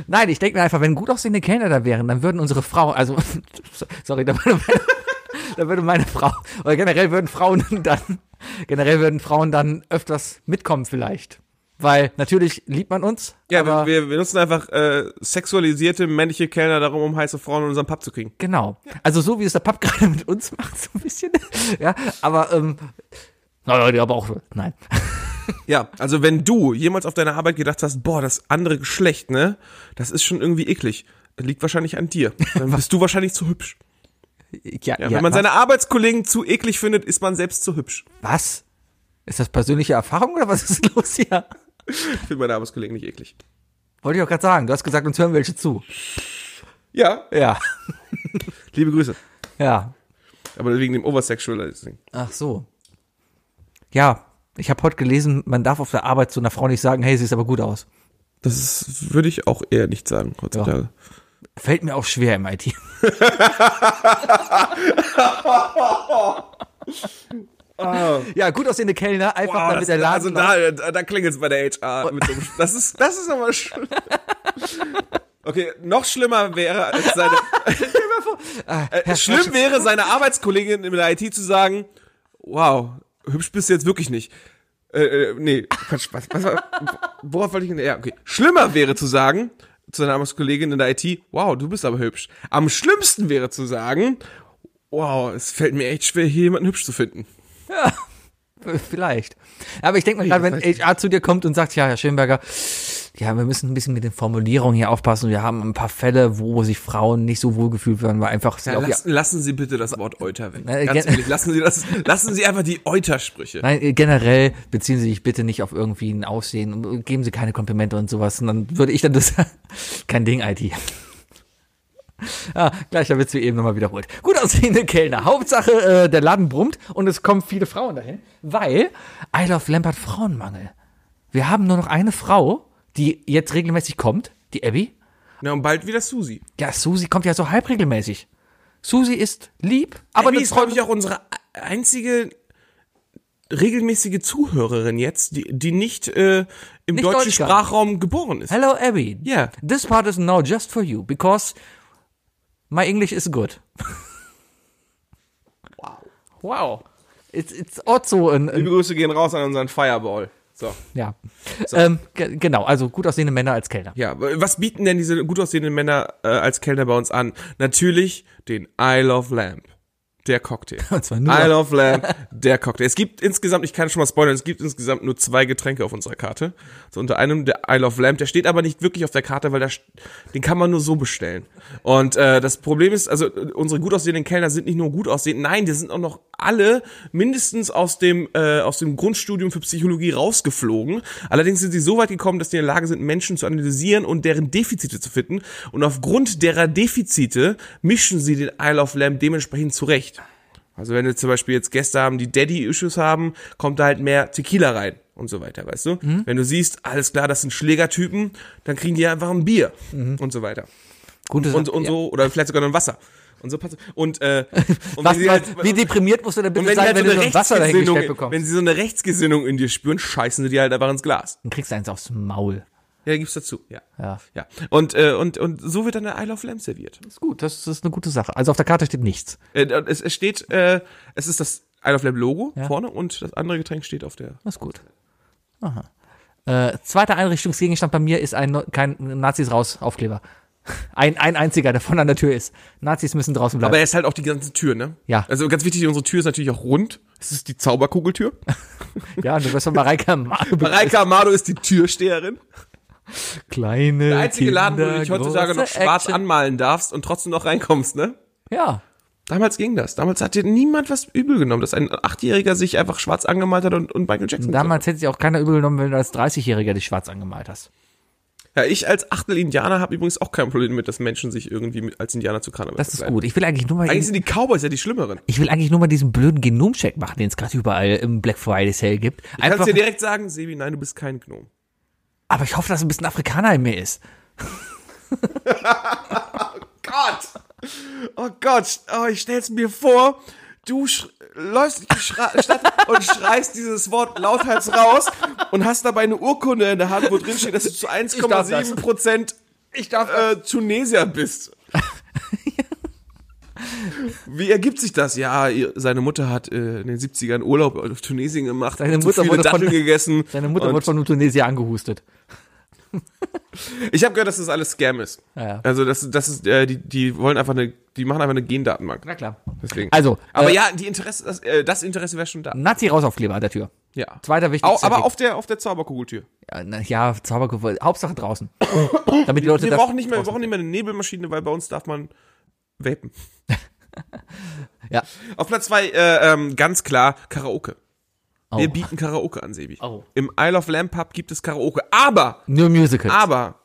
Speaker 1: Nein, ich denke mir einfach, wenn gut aussehende Kellner da wären, dann würden unsere Frauen, also, (laughs) sorry, da würde meine, da würde meine Frau, oder generell würden Frauen dann, generell würden Frauen dann öfters mitkommen vielleicht. Weil natürlich liebt man uns,
Speaker 2: Ja,
Speaker 1: aber
Speaker 2: wir, wir, wir nutzen einfach äh, sexualisierte männliche Kellner darum, um heiße Frauen in unseren Pub zu kriegen.
Speaker 1: Genau. Also so wie es der Papp (laughs) gerade mit uns macht, so ein bisschen. Ja, aber ähm, naja, die aber auch. Nein.
Speaker 2: Ja, also wenn du jemals auf deiner Arbeit gedacht hast, boah, das andere Geschlecht, ne, das ist schon irgendwie eklig, liegt wahrscheinlich an dir. Dann bist du wahrscheinlich zu hübsch.
Speaker 1: Ja,
Speaker 2: Ja, wenn man seine Arbeitskollegen zu eklig findet, ist man selbst zu hübsch.
Speaker 1: was? Ist das persönliche Erfahrung oder was ist (laughs) los hier?
Speaker 2: Ich finde meine Arbeitskollegen nicht eklig.
Speaker 1: Wollte ich doch gerade sagen. Du hast gesagt, uns hören welche zu.
Speaker 2: Ja,
Speaker 1: Ja.
Speaker 2: liebe Grüße.
Speaker 1: Ja.
Speaker 2: Aber wegen dem Oversexualizing.
Speaker 1: Ach so. Ja. Ich habe heute gelesen, man darf auf der Arbeit zu einer Frau nicht sagen, hey, sie ist aber gut aus.
Speaker 2: Das ist, würde ich auch eher nicht sagen heutzutage.
Speaker 1: Fällt mir auch schwer im
Speaker 2: (laughs)
Speaker 1: IT. Ja, gut aussehende Kellner, einfach
Speaker 2: Boah,
Speaker 1: damit
Speaker 2: das,
Speaker 1: der Laden
Speaker 2: also da, da, da klingelt's bei der HR. Mit dem, das ist, das ist aber schlimm. Okay, noch schlimmer wäre als
Speaker 1: (laughs)
Speaker 2: seine,
Speaker 1: Ah,
Speaker 2: äh, schlimm wäre seine Arbeitskollegin in der IT zu sagen, wow, hübsch bist du jetzt wirklich nicht. Äh, äh, nee, Quatsch, was, was, war- worauf wollte ich denn, ja, okay. Schlimmer wäre zu sagen, zu seiner Arbeitskollegin in der IT, wow, du bist aber hübsch. Am schlimmsten wäre zu sagen, wow, es fällt mir echt schwer, hier jemanden hübsch zu finden.
Speaker 1: Vielleicht. Aber ich denke mal, gerade wenn HR zu dir kommt und sagt, ja, Herr Schönberger, ja, wir müssen ein bisschen mit den Formulierungen hier aufpassen. Wir haben ein paar Fälle, wo sich Frauen nicht so wohlgefühlt werden, weil einfach sie
Speaker 2: Ja,
Speaker 1: auf ihr-
Speaker 2: lassen, lassen Sie bitte das Wort Euter weg.
Speaker 1: Nein,
Speaker 2: Ganz
Speaker 1: gen-
Speaker 2: ehrlich, lassen Sie, das, lassen Sie einfach die Euter-Sprüche.
Speaker 1: Nein, äh, generell beziehen Sie sich bitte nicht auf irgendwie ein Aussehen und äh, geben Sie keine Komplimente und sowas. Und dann würde ich dann das. (laughs) Kein Ding, IT. (laughs) Ah, gleicher Witz wie eben nochmal wiederholt. Gut aussehende Kellner. Hauptsache, äh, der Laden brummt und es kommen viele Frauen dahin, weil Isle of Lamp hat Frauenmangel. Wir haben nur noch eine Frau, die jetzt regelmäßig kommt, die Abby.
Speaker 2: Na, und bald wieder Susi.
Speaker 1: Ja, Susi kommt ja so halb regelmäßig. Susi ist lieb, aber
Speaker 2: Abby
Speaker 1: eine
Speaker 2: ist, glaube
Speaker 1: treue
Speaker 2: ich, auch unsere einzige regelmäßige Zuhörerin jetzt, die, die nicht äh, im
Speaker 1: Nicht
Speaker 2: deutschen
Speaker 1: Deutsch kann.
Speaker 2: Sprachraum geboren ist.
Speaker 1: Hello, Abby.
Speaker 2: Yeah.
Speaker 1: This part is now just for you because my English is good. wow. Wow. It's, it's also an, an
Speaker 2: Liebe Grüße gehen raus an unseren Fireball. So.
Speaker 1: ja. Ähm, ge genau, also gut aussehende Männer als Kellner.
Speaker 2: Ja, was bieten denn diese gut aussehenden Männer äh, als Kellner bei uns an? Natürlich den I Love Lamp. Der Cocktail.
Speaker 1: (laughs) Und zwar nur-
Speaker 2: I Love Lamp, der Cocktail. Es gibt insgesamt, ich kann schon mal spoilern, es gibt insgesamt nur zwei Getränke auf unserer Karte. So unter einem der I Love Lamp, der steht aber nicht wirklich auf der Karte, weil der, st- den kann man nur so bestellen. Und äh, das Problem ist, also äh, unsere gut aussehenden Kellner sind nicht nur gut aussehend, nein, die sind auch noch alle mindestens aus dem, äh, aus dem Grundstudium für Psychologie rausgeflogen. Allerdings sind sie so weit gekommen, dass die in der Lage sind, Menschen zu analysieren und deren Defizite zu finden. Und aufgrund derer Defizite mischen sie den Isle of Lamb dementsprechend zurecht. Also wenn du zum Beispiel jetzt Gäste haben, die Daddy-Issues haben, kommt da halt mehr Tequila rein und so weiter, weißt du?
Speaker 1: Mhm.
Speaker 2: Wenn du siehst, alles klar, das sind Schlägertypen, dann kriegen die einfach ein Bier und so weiter.
Speaker 1: Gutes,
Speaker 2: Und, und
Speaker 1: Mhm. ja.
Speaker 2: so, oder vielleicht sogar noch ein Wasser. Und so passt
Speaker 1: (laughs)
Speaker 2: Und, äh, und
Speaker 1: Was,
Speaker 2: wenn sie halt-
Speaker 1: wie deprimiert musst du denn
Speaker 2: und
Speaker 1: bitte
Speaker 2: wenn,
Speaker 1: sein,
Speaker 2: die halt
Speaker 1: wenn du so
Speaker 2: so eine
Speaker 1: ein Wasser dahingestellt
Speaker 2: Rechtsgesinnung,
Speaker 1: bekommst?
Speaker 2: wenn sie so eine Rechtsgesinnung in dir spüren, scheißen sie dir halt einfach ins Glas.
Speaker 1: Dann kriegst du eins aufs Maul.
Speaker 2: Ja, gibt's dazu. Ja.
Speaker 1: Ja.
Speaker 2: ja. Und, äh, und, und so wird dann der Isle of Lamb serviert.
Speaker 1: Ist gut, das ist eine gute Sache. Also auf der Karte steht nichts.
Speaker 2: Äh, es, es steht, äh, es ist das Isle of Lamb Logo
Speaker 1: Ja.
Speaker 2: vorne und das andere Getränk steht auf der
Speaker 1: Das ist gut. Aha. Äh, zweiter Einrichtungsgegenstand bei mir ist ein No- kein Nazis raus Aufkleber. (laughs) Ein, ein einziger, der vorne an der Tür ist. Nazis müssen draußen bleiben.
Speaker 2: Aber er ist halt auch die ganze Tür, ne?
Speaker 1: Ja.
Speaker 2: Also ganz wichtig, unsere Tür ist natürlich auch rund. Es ist die
Speaker 1: (laughs)
Speaker 2: Zauberkugeltür.
Speaker 1: Ja, und du wirst von Mareike
Speaker 2: (laughs) Mareike Amado ist die Türsteherin.
Speaker 1: Kleine
Speaker 2: Der einzige Laden, wo du dich
Speaker 1: Kinder,
Speaker 2: heutzutage noch
Speaker 1: große
Speaker 2: schwarz
Speaker 1: Action.
Speaker 2: anmalen darfst und trotzdem noch reinkommst, ne?
Speaker 1: Ja,
Speaker 2: Damals ging das. Damals hat dir niemand was übel genommen, dass ein Achtjähriger sich einfach schwarz angemalt hat und, und Michael Jackson.
Speaker 1: damals hätte sich auch keiner übel genommen, wenn du als 30-Jähriger dich schwarz angemalt hast.
Speaker 2: geklaut hat. Ja, ich als Achtel-Indianer habe übrigens auch kein Problem mit, dass Menschen sich irgendwie mit, als Indianer zu Karneval
Speaker 1: Das ist
Speaker 2: verkleiden.
Speaker 1: gut. Ich will eigentlich nur mal,
Speaker 2: Eigentlich sind die Cowboys ja die Schlimmeren.
Speaker 1: ich will eigentlich nur mal diesen blöden Genomcheck machen, den es gerade überall im Black Friday Sale gibt.
Speaker 2: Ich kannst
Speaker 1: Einfach,
Speaker 2: dir direkt sagen, Sebi, nein, du bist kein Gnom.
Speaker 1: aber ich hoffe, dass ein bisschen Afrikaner in mir ist.
Speaker 2: Gott! Oh Gott, oh, ich stell's mir vor, du sch- läufst durch die Schra- Stadt
Speaker 1: (laughs)
Speaker 2: und schreist dieses Wort lauthals raus und hast dabei eine Urkunde in der Hand, wo drin steht, dass du zu 1,7 Prozent äh, Tunesier
Speaker 1: (laughs)
Speaker 2: bist. Wie ergibt sich das? Ja, ihr, seine Mutter hat äh, in den 70ern Urlaub auf Tunesien gemacht,
Speaker 1: Seine
Speaker 2: hat zu
Speaker 1: Mutter
Speaker 2: viele
Speaker 1: wurde von-
Speaker 2: Datteln gegessen.
Speaker 1: (laughs) Seine Mutter
Speaker 2: und-
Speaker 1: wird von einem Tunesier angehustet.
Speaker 2: ich habe gehört, dass das alles Scam ist.
Speaker 1: ja.
Speaker 2: Also das, das ist, äh, die, die wollen einfach eine, die machen einfach eine Gendatenbank.
Speaker 1: Na klar.
Speaker 2: Deswegen.
Speaker 1: Also,
Speaker 2: aber
Speaker 1: äh,
Speaker 2: ja, die Interesse, das, äh, das Interesse wäre schon da.
Speaker 1: Nazi rausaufkleber an der Tür.
Speaker 2: Ja.
Speaker 1: Zweiter wichtigster
Speaker 2: Au, aber
Speaker 1: Weg.
Speaker 2: auf der, auf der Zauberkugeltür.
Speaker 1: Ja, na, ja Zaubergewalt. Hauptsache draußen. Damit die Leute
Speaker 2: Wir
Speaker 1: das-
Speaker 2: brauchen, nicht mehr, wir brauchen nicht mehr eine Nebelmaschine, weil bei uns darf man vapen.
Speaker 1: (laughs) Ja.
Speaker 2: Auf Platz zwei, äh, ähm, ganz klar, Karaoke. Wir
Speaker 1: Oh.
Speaker 2: bieten Karaoke an, Sebi.
Speaker 1: Oh.
Speaker 2: Im Isle of Lamb Pub gibt es Karaoke. Aber
Speaker 1: Nur Musicals.
Speaker 2: aber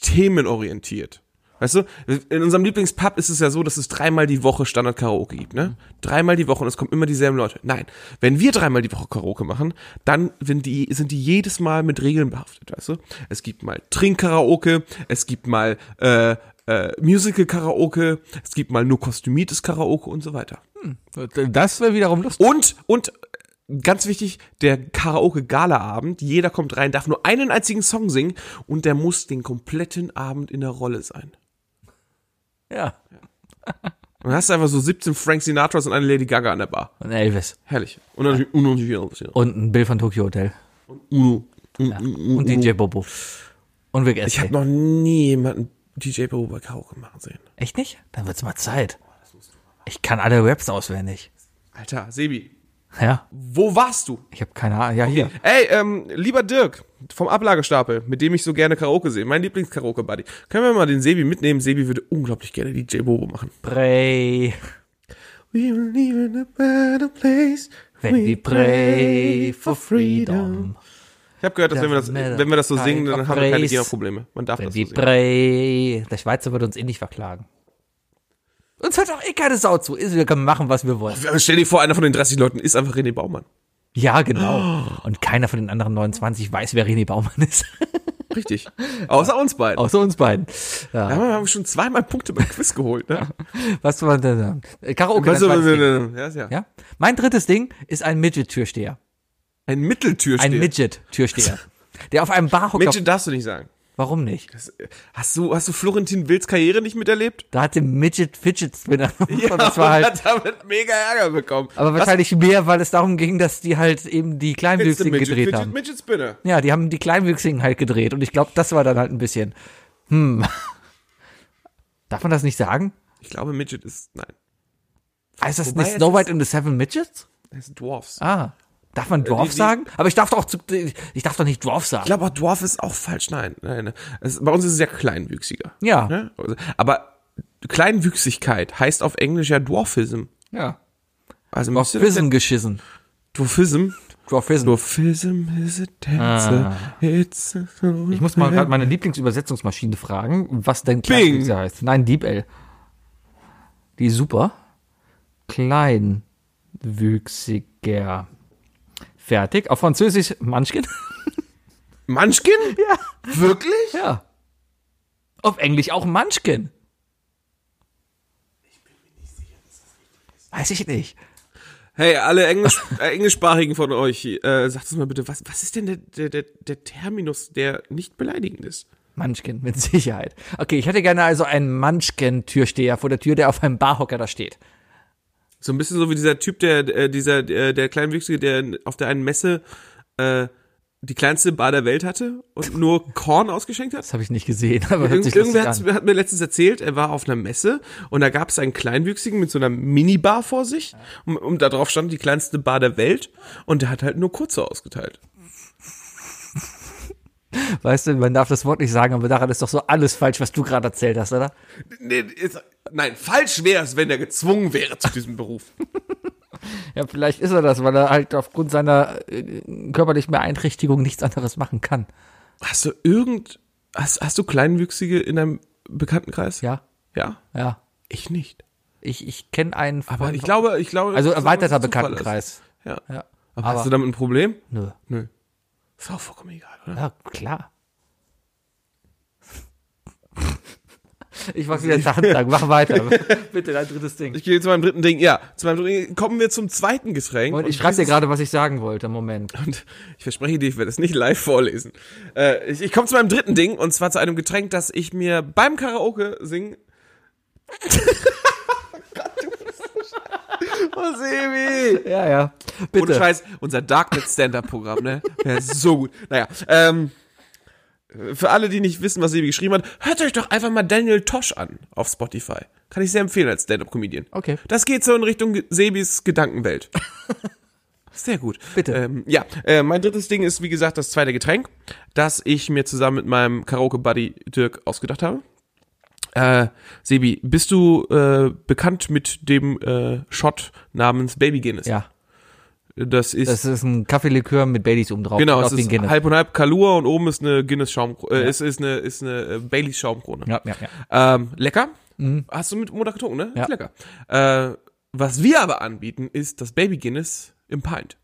Speaker 2: themenorientiert. Weißt du, in unserem Lieblingspub ist es ja so, dass es dreimal die Woche Standard-Karaoke gibt, ne? Dreimal die Woche und es kommen immer dieselben Leute. Nein, wenn wir dreimal die Woche Karaoke machen, dann sind die, sind die jedes Mal mit Regeln behaftet, weißt du? Es gibt mal Trinkkaraoke, es gibt mal äh, äh, Musical-Karaoke, es gibt mal nur kostümiertes Karaoke und so weiter.
Speaker 1: Das wäre wiederum lustig.
Speaker 2: Und, und ganz wichtig, der Karaoke-Gala-Abend, jeder kommt rein, darf nur einen einzigen Song singen und der muss den kompletten Abend in der Rolle sein.
Speaker 1: Oh. Ja.
Speaker 2: Und dann hast du einfach so 17 Frank Sinatras und eine Lady Gaga an der Bar.
Speaker 1: Und Elvis.
Speaker 2: Herrlich. Und natürlich Uno und Uno.
Speaker 1: Und ein Bill von Tokyo Hotel.
Speaker 2: Uno. Uno, Uno.
Speaker 1: Und DJ Bobo. Und Vic
Speaker 2: Uh. Ich habe
Speaker 1: Estee.
Speaker 2: noch nie jemanden DJ Bobo bei Karaoke machen sehen.
Speaker 1: Echt nicht? Dann wird's mal Zeit. Ich kann alle Raps auswendig.
Speaker 2: Alter, Sebi,
Speaker 1: Ja,
Speaker 2: wo warst du?
Speaker 1: ich habe keine Ahnung. Ja, hier.
Speaker 2: Ey, ähm, lieber Dirk vom Ablagestapel, mit dem ich so gerne Karaoke sehe, mein Lieblings-Karaoke-Buddy. Können wir mal den Sebi mitnehmen? Sebi würde unglaublich gerne DJ Bobo machen.
Speaker 1: Pray,
Speaker 2: We will live in a better place
Speaker 1: when we pray for freedom.
Speaker 2: Ich habe gehört, dass wenn wir, das,
Speaker 1: Doesn't matter.
Speaker 2: wenn wir das so singen, dann
Speaker 1: Kind
Speaker 2: haben wir keine
Speaker 1: of race.
Speaker 2: GEMA-Probleme. Man darf
Speaker 1: Wenn
Speaker 2: das
Speaker 1: we
Speaker 2: so singen.
Speaker 1: pray. Der Schweizer wird uns eh nicht verklagen. Uns hört auch eh keine Sau zu. Ist- Wir können machen, was wir wollen.
Speaker 2: Aber Also Stell dir vor, einer von den 30 Leuten ist einfach René Baumann.
Speaker 1: Ja, genau. Und keiner von den anderen 29 weiß, wer René Baumann ist. (laughs)
Speaker 2: Richtig. Außer uns beiden.
Speaker 1: Außer uns beiden. Ja.
Speaker 2: Da haben wir schon zweimal Punkte beim Quiz geholt, ne?
Speaker 1: Was war denn da? Äh, Karaoke.
Speaker 2: Weißt
Speaker 1: Weißt
Speaker 2: du,
Speaker 1: mein,
Speaker 2: äh,
Speaker 1: Ding.
Speaker 2: äh, ja, ist ja.
Speaker 1: ja? mein drittes Ding ist ein Midget-Türsteher.
Speaker 2: Ein Mitteltürsteher.
Speaker 1: Ein Midget-Türsteher. Der auf einem Barhocker.
Speaker 2: Midget darfst du nicht sagen.
Speaker 1: Warum nicht?
Speaker 2: Das, äh, Hast du, hast du Florentin Wills Karriere nicht
Speaker 1: (laughs)
Speaker 2: miterlebt?
Speaker 1: Da hatte Midget Fidget
Speaker 2: (laughs)
Speaker 1: Spinner. Und das war halt,
Speaker 2: und hat damit mega Ärger bekommen.
Speaker 1: aber wahrscheinlich mehr, weil es darum ging, dass die halt eben die
Speaker 2: willst du
Speaker 1: Kleinwüchsigen
Speaker 2: Midget,
Speaker 1: gedreht
Speaker 2: Midget,
Speaker 1: haben.
Speaker 2: Midget Spinner.
Speaker 1: Ja, die haben die Kleinwüchsigen halt gedreht. Und ich glaube, das war dann halt ein bisschen. Hm. Darf man das nicht sagen?
Speaker 2: Ich glaube, Midget ist, nein,
Speaker 1: Heißt das
Speaker 2: Wobei
Speaker 1: nicht
Speaker 2: es
Speaker 1: Snow
Speaker 2: ist-
Speaker 1: White and the Seven Midgets?
Speaker 2: das ist Dwarfs.
Speaker 1: Ah. Darf man Dwarf
Speaker 2: die- die-
Speaker 1: sagen? Aber ich darf doch auch zu, ich darf doch nicht Dwarf sagen.
Speaker 2: Ich glaube, auch Dwarf ist auch falsch. Nein, nein. nein. Es, bei uns ist es ja kleinwüchsiger.
Speaker 1: Ja.
Speaker 2: Ne? Aber Kleinwüchsigkeit heißt auf Englisch ja Dwarfism.
Speaker 1: ja.
Speaker 2: Also
Speaker 1: Auf
Speaker 2: müsste das
Speaker 1: Wissen geschissen.
Speaker 2: ja- Dwarfism.
Speaker 1: Dwarfism.
Speaker 2: Dwarfism is a dancer. It's a
Speaker 1: Ah. Ich muss mal gerade meine Lieblingsübersetzungsmaschine fragen, was denn
Speaker 2: Bing.
Speaker 1: Kleinwüchsiger heißt. Nein, DeepL. Die ist super. Kleinwüchsiger. Fertig. Auf Französisch Munchkin.
Speaker 2: Munchkin? Ja. Wirklich?
Speaker 1: (laughs) Ja. Auf Englisch auch Munchkin. Weiß ich nicht.
Speaker 2: Hey, alle Englisch, (laughs) äh, Englischsprachigen von euch, äh, sagt es mal bitte, was, was ist denn der, der, der, der Terminus, der nicht beleidigend ist?
Speaker 1: Munchkin, mit Sicherheit. Okay, ich hätte gerne also einen Munchkin-Türsteher vor der Tür, der auf einem Barhocker da steht.
Speaker 2: So ein bisschen so wie dieser Typ, der, äh, dieser, der, der Kleinwüchsige, der auf der einen Messe äh, die kleinste Bar der Welt hatte und nur Korn ausgeschenkt hat?
Speaker 1: Das habe ich nicht gesehen, (laughs) aber hört
Speaker 2: Irgend,
Speaker 1: sich lustig
Speaker 2: irgendwer hat,
Speaker 1: an.
Speaker 2: hat mir letztens erzählt, er war auf einer Messe und da gab es einen Kleinwüchsigen mit so einer Minibar vor sich und, und da drauf stand die kleinste Bar der Welt und der hat halt nur kurze ausgeteilt.
Speaker 1: Weißt du, man darf das Wort nicht sagen, aber daran ist doch so alles falsch, was du gerade erzählt hast, oder?
Speaker 2: Nee, ist, nein, falsch wäre es, wenn er gezwungen wäre zu diesem Beruf.
Speaker 1: Ja, vielleicht ist er das, weil er halt aufgrund seiner äh, körperlichen Beeinträchtigung nichts anderes machen kann.
Speaker 2: (laughs) Hast du irgend, hast, hast du Kleinwüchsige in deinem Bekanntenkreis?
Speaker 1: Ja,
Speaker 2: Ja?
Speaker 1: ja.
Speaker 2: Ich nicht.
Speaker 1: Ich, ich kenne einen.
Speaker 2: Aber
Speaker 1: von-
Speaker 2: ich glaube, ich glaube.
Speaker 1: Also
Speaker 2: das ist
Speaker 1: erweiterter
Speaker 2: ein Zufall, dass-
Speaker 1: Bekanntenkreis.
Speaker 2: Ja.
Speaker 1: Ja.
Speaker 2: Aber,
Speaker 1: Aber-
Speaker 2: hast du damit ein Problem?
Speaker 1: Nö.
Speaker 2: Nö. Ist auch vollkommen egal, oder?
Speaker 1: Ja, (laughs) klar. Ich mach (laughs) wieder Sachen sagen. Mach weiter. Bitte, dein drittes Ding.
Speaker 2: Ich gehe zu meinem dritten Ding. Ja, zu meinem dritten Ding. Kommen wir zum zweiten Getränk.
Speaker 1: Und ich
Speaker 2: Und (laughs)
Speaker 1: schreibe dir
Speaker 2: dieses-
Speaker 1: gerade, was ich sagen wollte. Moment.
Speaker 2: Und ich verspreche dir, ich werde es nicht live vorlesen. Äh, ich ich komme zu meinem dritten Ding und zwar zu einem Getränk, das ich mir beim Karaoke singen. (laughs) oh Gott, du bist so scheiße. Oh, Sebi.
Speaker 1: Ja, ja.
Speaker 2: Ohne
Speaker 1: Bitte.
Speaker 2: Scheiß, unser Darknet Stand-Up-Programm, ne? Wäre so gut. Naja, ähm, für alle, die nicht wissen, was Sebi geschrieben hat, hört euch doch einfach mal Daniel Tosh an auf Spotify. Kann ich sehr empfehlen als Stand-Up-Comedian.
Speaker 1: Okay.
Speaker 2: Das geht so in Richtung Ge-
Speaker 1: (laughs)
Speaker 2: Sebis Gedankenwelt. Sehr gut.
Speaker 1: Bitte.
Speaker 2: Ähm, ja, äh, mein drittes Ding ist, wie gesagt, das zweite Getränk, das ich mir zusammen mit meinem Karaoke-Buddy Dirk ausgedacht habe. Äh, Sebi, bist du äh, bekannt mit dem äh, Shot namens Baby Guinness?
Speaker 1: Ja.
Speaker 2: Das ist,
Speaker 1: Das ist ein Kaffeelikör mit Baileys oben drauf.
Speaker 2: genau,
Speaker 1: Und
Speaker 2: es
Speaker 1: auf den
Speaker 2: ist
Speaker 1: Guinness.
Speaker 2: halb und halb Kalua und oben ist eine Guinness Schaumkrone, äh, ist, ist eine, ist eine äh, Baileys Schaumkrone.
Speaker 1: Ja, ja, ja. Mhm.
Speaker 2: Ähm, lecker. Hast du mit Montag getrunken, ne?
Speaker 1: Ja.
Speaker 2: Ist lecker.
Speaker 1: (laughs)
Speaker 2: Äh, was wir aber anbieten, ist das Baby Guinness im Pint.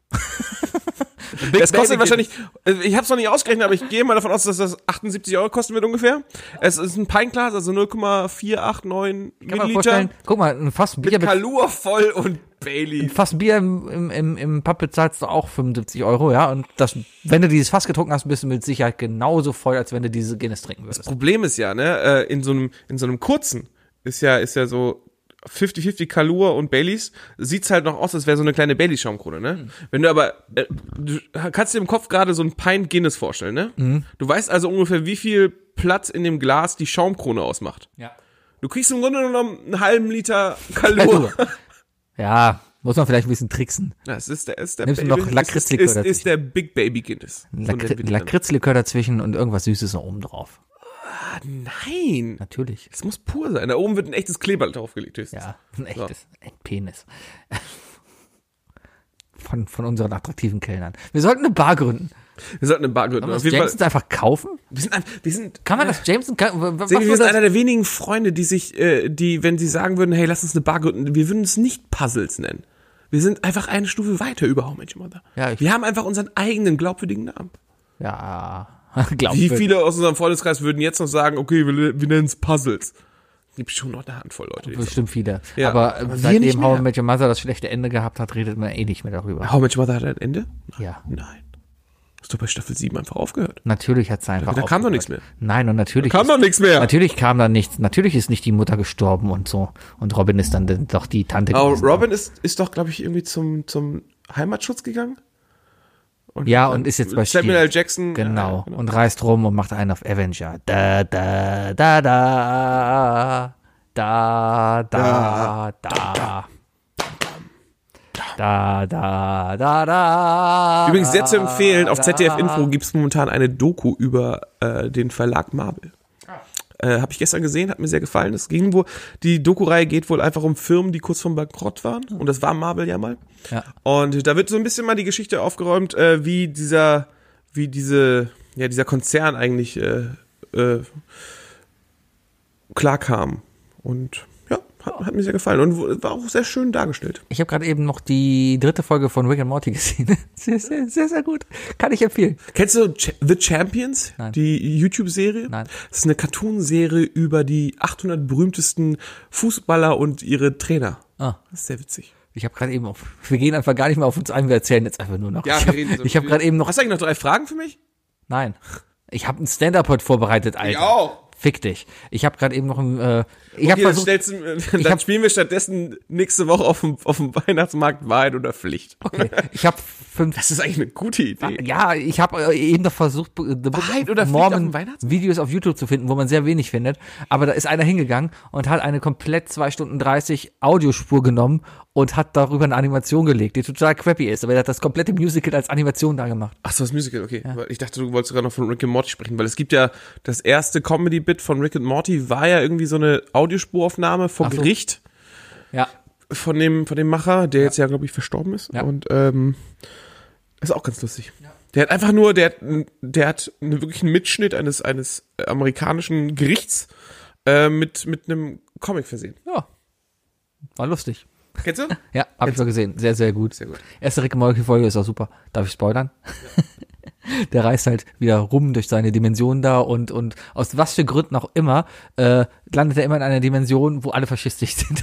Speaker 2: Das kostet
Speaker 1: Baby
Speaker 2: wahrscheinlich, äh, ich habe es noch nicht ausgerechnet, aber ich gehe mal davon aus, dass das 78 Euro kosten wird ungefähr. Es ist ein Pineglas, also 0,489
Speaker 1: Kann man
Speaker 2: Milliliter.
Speaker 1: vorstellen, guck mal, ein Fass Bier
Speaker 2: Mit
Speaker 1: mit,
Speaker 2: Kalur voll und Bailey.
Speaker 1: Fass Bier im, im, im, im Pappe zahlst du auch 75 Euro, ja. Und das, wenn du dieses Fass getrunken hast, bist du mit Sicherheit genauso voll, als wenn du diese Guinness trinken würdest.
Speaker 2: Problem ist ja, ne, äh, in so einem in so einem kurzen ist ja ist ja so 50-50 Kalur und Baileys sieht's halt noch aus, als wäre so eine kleine Baileys Schaumkrone, ne?
Speaker 1: Mhm.
Speaker 2: Wenn du aber äh, du kannst dir im Kopf gerade so ein Pint Guinness vorstellen, ne?
Speaker 1: Mhm.
Speaker 2: Du weißt also ungefähr, wie viel Platz in dem Glas die Schaumkrone ausmacht.
Speaker 1: Ja.
Speaker 2: Du kriegst im Grunde genommen einen halben Liter Kalur.
Speaker 1: Kalur. (laughs) Ja, muss man vielleicht ein bisschen tricksen.
Speaker 2: (laughs) Das ist der ist der
Speaker 1: Nimmst du noch
Speaker 2: Bailey-
Speaker 1: Lakritzlikör
Speaker 2: ist, ist, ist
Speaker 1: dazwischen?
Speaker 2: der Big Baby Guinness. So nennt
Speaker 1: Lakri
Speaker 2: man den.
Speaker 1: Lakritzlikör dazwischen und irgendwas Süßes noch oben drauf.
Speaker 2: Nein,
Speaker 1: Natürlich.
Speaker 2: es muss pur sein. Da oben wird ein echtes Kleeblatt draufgelegt. höchstens.
Speaker 1: Ja, (laughs) ein echtes, ein Penis. (laughs) Von, von unseren attraktiven Kellnern. Wir sollten eine Bar gründen.
Speaker 2: Wir sollten eine Bar gründen.
Speaker 1: Kann man
Speaker 2: Auf
Speaker 1: das
Speaker 2: jeden Fall-
Speaker 1: Jamesons einfach kaufen?
Speaker 2: Wir sind, ein- wir sind,
Speaker 1: Kann man das Jameson? Kann, wa- wa- was
Speaker 2: Sebi, wir
Speaker 1: soll
Speaker 2: sind
Speaker 1: das?
Speaker 2: einer der wenigen Freunde, die sich, äh, die, wenn sie sagen würden, hey, lass uns eine Bar gründen, wir würden es nicht Puzzles nennen. Wir sind einfach eine Stufe weiter über How Much Mother.
Speaker 1: Ja, ich-
Speaker 2: wir haben einfach unseren eigenen glaubwürdigen Namen.
Speaker 1: Ja, (laughs) glaub
Speaker 2: Wie
Speaker 1: ich.
Speaker 2: viele aus unserem Freundeskreis würden jetzt noch sagen, okay, wir, wir nennen es Puzzles? Gibt schon noch eine Handvoll Leute. die das
Speaker 1: Bestimmt viele.
Speaker 2: Ja,
Speaker 1: aber äh,
Speaker 2: aber wir nicht
Speaker 1: seitdem
Speaker 2: mehr.
Speaker 1: How I Met Your Mother das schlechte Ende gehabt hat, redet man eh nicht mehr darüber.
Speaker 2: sagen. How Much Mother hat ein Ende?
Speaker 1: Ja.
Speaker 2: Nein. Hast du bei Staffel 7 einfach aufgehört?
Speaker 1: Natürlich hat's einfach.
Speaker 2: Da kam doch
Speaker 1: aufgehört.
Speaker 2: nichts mehr.
Speaker 1: Nein, und natürlich.
Speaker 2: Da kam
Speaker 1: ist-
Speaker 2: doch nichts mehr.
Speaker 1: Natürlich kam da nichts. Natürlich ist nicht die Mutter gestorben und so. Und Robin ist dann d- doch die Tante.
Speaker 2: Aber
Speaker 1: gewesen.
Speaker 2: Robin ist, ist doch, glaube ich, irgendwie zum, zum Heimatschutz gegen Und
Speaker 1: Ja, und ist jetzt bei
Speaker 2: Samuel
Speaker 1: Shield.
Speaker 2: L. (laughs) Jackson.
Speaker 1: Genau. Und reist rum und macht einen auf Avenger. Da, da, da, da. Da, da, da. Da, da, da, da.
Speaker 2: Übrigens sehr zu empfehlen, auf ZDF Info gibt's momentan eine Doku über äh, den Verlag Marvel. Äh, Habe ich gestern gesehen, hat mir sehr gefallen. Es ging wohl, die Doku-Reihe geht wohl einfach um Firmen, die kurz vorm Bankrott waren. Und das war Marvel ja mal.
Speaker 1: Ja.
Speaker 2: Und da wird so ein bisschen mal die Geschichte aufgeräumt, äh, wie dieser, wie diese, ja, dieser Konzern eigentlich äh, äh, klarkam. Und ja, hat, hat mir sehr gefallen. Und wo- war auch sehr schön dargestellt.
Speaker 1: Ich habe gerade eben noch die dritte Folge von Rick and Morty (laughs) gesehen. Sehr, sehr, sehr, sehr gut. Kann ich empfehlen.
Speaker 2: Kennst du Ch The Champions?
Speaker 1: Nein.
Speaker 2: Die YouTube-Serie?
Speaker 1: Nein.
Speaker 2: Das ist eine Cartoon-Serie über die 800 berühmtesten Fußballer und ihre Trainer.
Speaker 1: Ah.
Speaker 2: Das ist sehr witzig.
Speaker 1: Ich habe gerade eben auf. Wir gehen einfach gar nicht mehr auf uns ein, wir erzählen jetzt einfach nur noch. ich habe hab gerade eben noch.
Speaker 2: Hast du eigentlich noch drei Fragen für mich?
Speaker 1: Nein. Ich habe einen Stand-up heute vorbereitet, Alter.
Speaker 2: auch.
Speaker 1: Fick dich. Ich habe gerade eben noch ein. Äh, ich habe
Speaker 2: Okay, dann,
Speaker 1: versucht.
Speaker 2: stellst du,
Speaker 1: (laughs)
Speaker 2: dann
Speaker 1: hab-
Speaker 2: spielen wir stattdessen nächste Woche auf dem, auf dem Weihnachtsmarkt Wahrheit oder Pflicht.
Speaker 1: Okay. Ich habe fünf.
Speaker 2: Das ist eigentlich eine gute Idee.
Speaker 1: Ja, ich habe eben noch versucht, be- The Book
Speaker 2: Wahrheit
Speaker 1: of
Speaker 2: oder Pflicht auf dem
Speaker 1: Mormon
Speaker 2: Weihnachtsmarkt?
Speaker 1: Videos auf YouTube zu finden, wo man sehr wenig findet. Aber da ist einer hingegangen und hat eine komplett 2 Stunden 30 Audiospur genommen und hat darüber eine Animation gelegt, die total crappy ist. Aber er hat das komplette Musical als Animation da gemacht.
Speaker 2: Ach so, das Musical, okay. Weil Ich dachte, du wolltest sogar noch von Rick and Morty sprechen, weil es gibt ja das erste Comedy-Bit von Rick and Morty war ja irgendwie so eine Audiospuraufnahme vor
Speaker 1: Ach so.
Speaker 2: Gericht.
Speaker 1: Ja.
Speaker 2: von dem, von dem Macher, der jetzt ja, glaube ich, verstorben ist.
Speaker 1: Ja.
Speaker 2: Und ähm, ist auch ganz lustig. Der hat einfach nur, der, hat- der hat eine, wirklich einen Mitschnitt eines, eines amerikanischen Gerichts äh, mit, mit einem Comic versehen.
Speaker 1: Ja. War lustig.
Speaker 2: Kennst du?
Speaker 1: Ja, habe ich schon gesehen. Sehr, sehr gut.
Speaker 2: Sehr gut.
Speaker 1: Erste Rick and Morty Folge ist auch super. Darf ich spoilern? (laughs) Der reist halt wieder rum durch seine Dimension da und, und aus was für Gründen auch immer äh, landet er immer in einer Dimension, wo alle faschistisch
Speaker 2: (laughs)
Speaker 1: sind.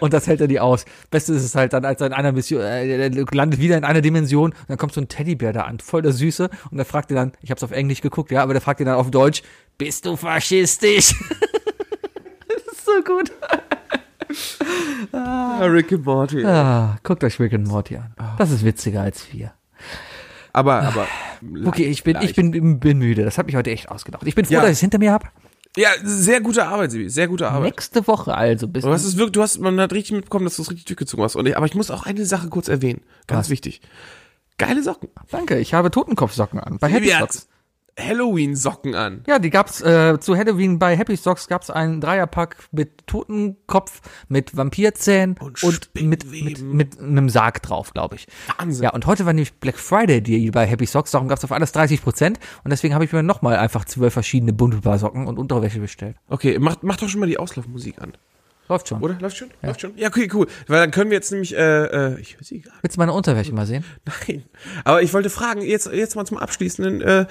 Speaker 1: und das hält er die aus. Beste ist es halt dann, als er in einer Mission, äh, er landet wieder in einer Dimension und dann kommt so ein Teddybär da an, voll der Süße und dann fragt er dann, ich hab's auf Englisch geguckt, ja, aber der fragt ihn dann auf Deutsch, bist du faschistisch? (laughs) das ist so gut.
Speaker 2: Ah, Rick and Morty.
Speaker 1: Ah, guckt euch Rick and Morty an.
Speaker 2: Ah.
Speaker 1: Das ist witziger als wir.
Speaker 2: Aber, aber.
Speaker 1: (sighs) Okay, ich bin, ich bin, bin müde. Das hat mich heute echt ausgedacht. Ich bin froh,
Speaker 2: Ja.
Speaker 1: dass ich es hinter mir habe.
Speaker 2: Ja, sehr gute Arbeit, Sibi. Sehr gute Arbeit.
Speaker 1: Nächste Woche also bis.
Speaker 2: Du hast es wirklich, du hast, man hat richtig mitbekommen, dass du es richtig durchgezogen hast. Und ich, aber ich muss auch eine Sache kurz erwähnen. Ganz
Speaker 1: Was?
Speaker 2: wichtig. Geile Socken.
Speaker 1: Danke, ich habe Totenkopfsocken an. Bei Happy
Speaker 2: Sibi hat
Speaker 1: Socks.
Speaker 2: Halloween-Socken an.
Speaker 1: Ja, die gab's äh, zu Halloween bei Happy Socks gab's einen Dreierpack mit Totenkopf, mit Vampirzähnen
Speaker 2: Und
Speaker 1: und, mit, mit,
Speaker 2: Spinnweben.
Speaker 1: mit einem Sarg drauf, glaube ich.
Speaker 2: Wahnsinn.
Speaker 1: Ja, und heute war nämlich Black Friday Deal bei Happy Socks, darum gab's auf alles 30 Prozent und deswegen habe ich mir nochmal einfach zwölf verschiedene bunte Paar Socken und Unterwäsche bestellt.
Speaker 2: Okay, mach, mach doch schon mal die Auslaufmusik an.
Speaker 1: Läuft schon.
Speaker 2: Oder? Läuft schon? Läuft schon? Ja, okay, cool. Weil dann können wir jetzt nämlich, äh, äh, ich höre sie gar
Speaker 1: Willst du meine Unterwäsche mal sehen?
Speaker 2: (laughs) Nein. Aber ich wollte fragen, jetzt, jetzt mal zum Abschließenden, äh,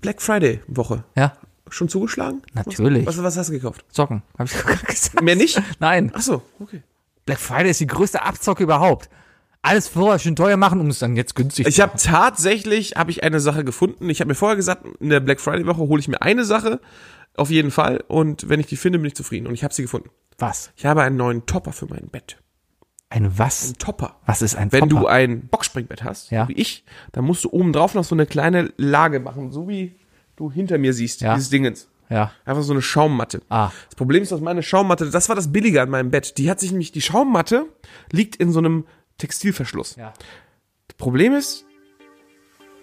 Speaker 2: Black Friday Woche.
Speaker 1: Ja.
Speaker 2: Schon zugeschlagen?
Speaker 1: Natürlich.
Speaker 2: Was, was hast du gekauft?
Speaker 1: Socken, habe ich (laughs) gerade gesagt.
Speaker 2: Mehr nicht?
Speaker 1: Nein.
Speaker 2: Ach so, okay.
Speaker 1: Black Friday ist die größte Abzocke überhaupt. Alles vorher schön teuer machen, um es dann jetzt günstig
Speaker 2: Ich
Speaker 1: zu
Speaker 2: habe tatsächlich hab ich eine Sache gefunden. Ich habe mir vorher gesagt, in der Black Friday Woche hole ich mir eine Sache auf jeden Fall und wenn ich die finde, bin ich zufrieden und ich habe sie gefunden.
Speaker 1: Was?
Speaker 2: Ich habe einen neuen Topper für mein Bett.
Speaker 1: Ein was?
Speaker 2: Topper.
Speaker 1: Was ist ein
Speaker 2: Wenn
Speaker 1: Topper?
Speaker 2: du ein Boxspringbett hast,
Speaker 1: Ja.
Speaker 2: wie ich, dann musst du oben drauf noch so eine kleine Lage machen, so wie du hinter mir siehst,
Speaker 1: Ja.
Speaker 2: dieses Dingens.
Speaker 1: Ja.
Speaker 2: Einfach so eine Schaummatte.
Speaker 1: Ah.
Speaker 2: Das Problem ist, dass meine Schaummatte, das war das Billige an meinem Bett. Die hat sich nämlich, die Schaummatte liegt in so einem Textilverschluss.
Speaker 1: Ja.
Speaker 2: Das Problem ist,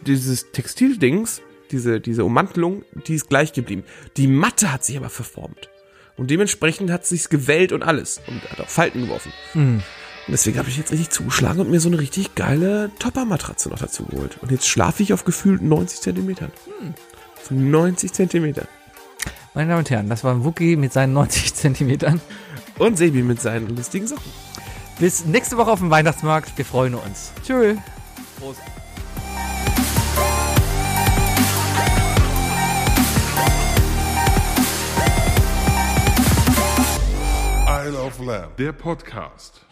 Speaker 2: dieses Textildings, diese, diese Ummantelung, die ist gleich geblieben. Die Matte hat sich aber verformt. Und dementsprechend hat sich's gewellt und alles. Und hat auch Falten geworfen. Und deswegen habe ich jetzt richtig zugeschlagen und mir so eine richtig geile Toppermatratze noch dazu geholt. Und jetzt schlafe ich auf gefühlt 90 Zentimetern. Auf 90 Zentimetern.
Speaker 1: Meine Damen und Herren, das war Wookie mit seinen 90 Zentimetern.
Speaker 2: Und Sebi mit seinen lustigen Sachen.
Speaker 1: Bis nächste Woche auf dem Weihnachtsmarkt. Wir freuen uns. Tschüss.
Speaker 3: Isle of Lamb, der Podcast.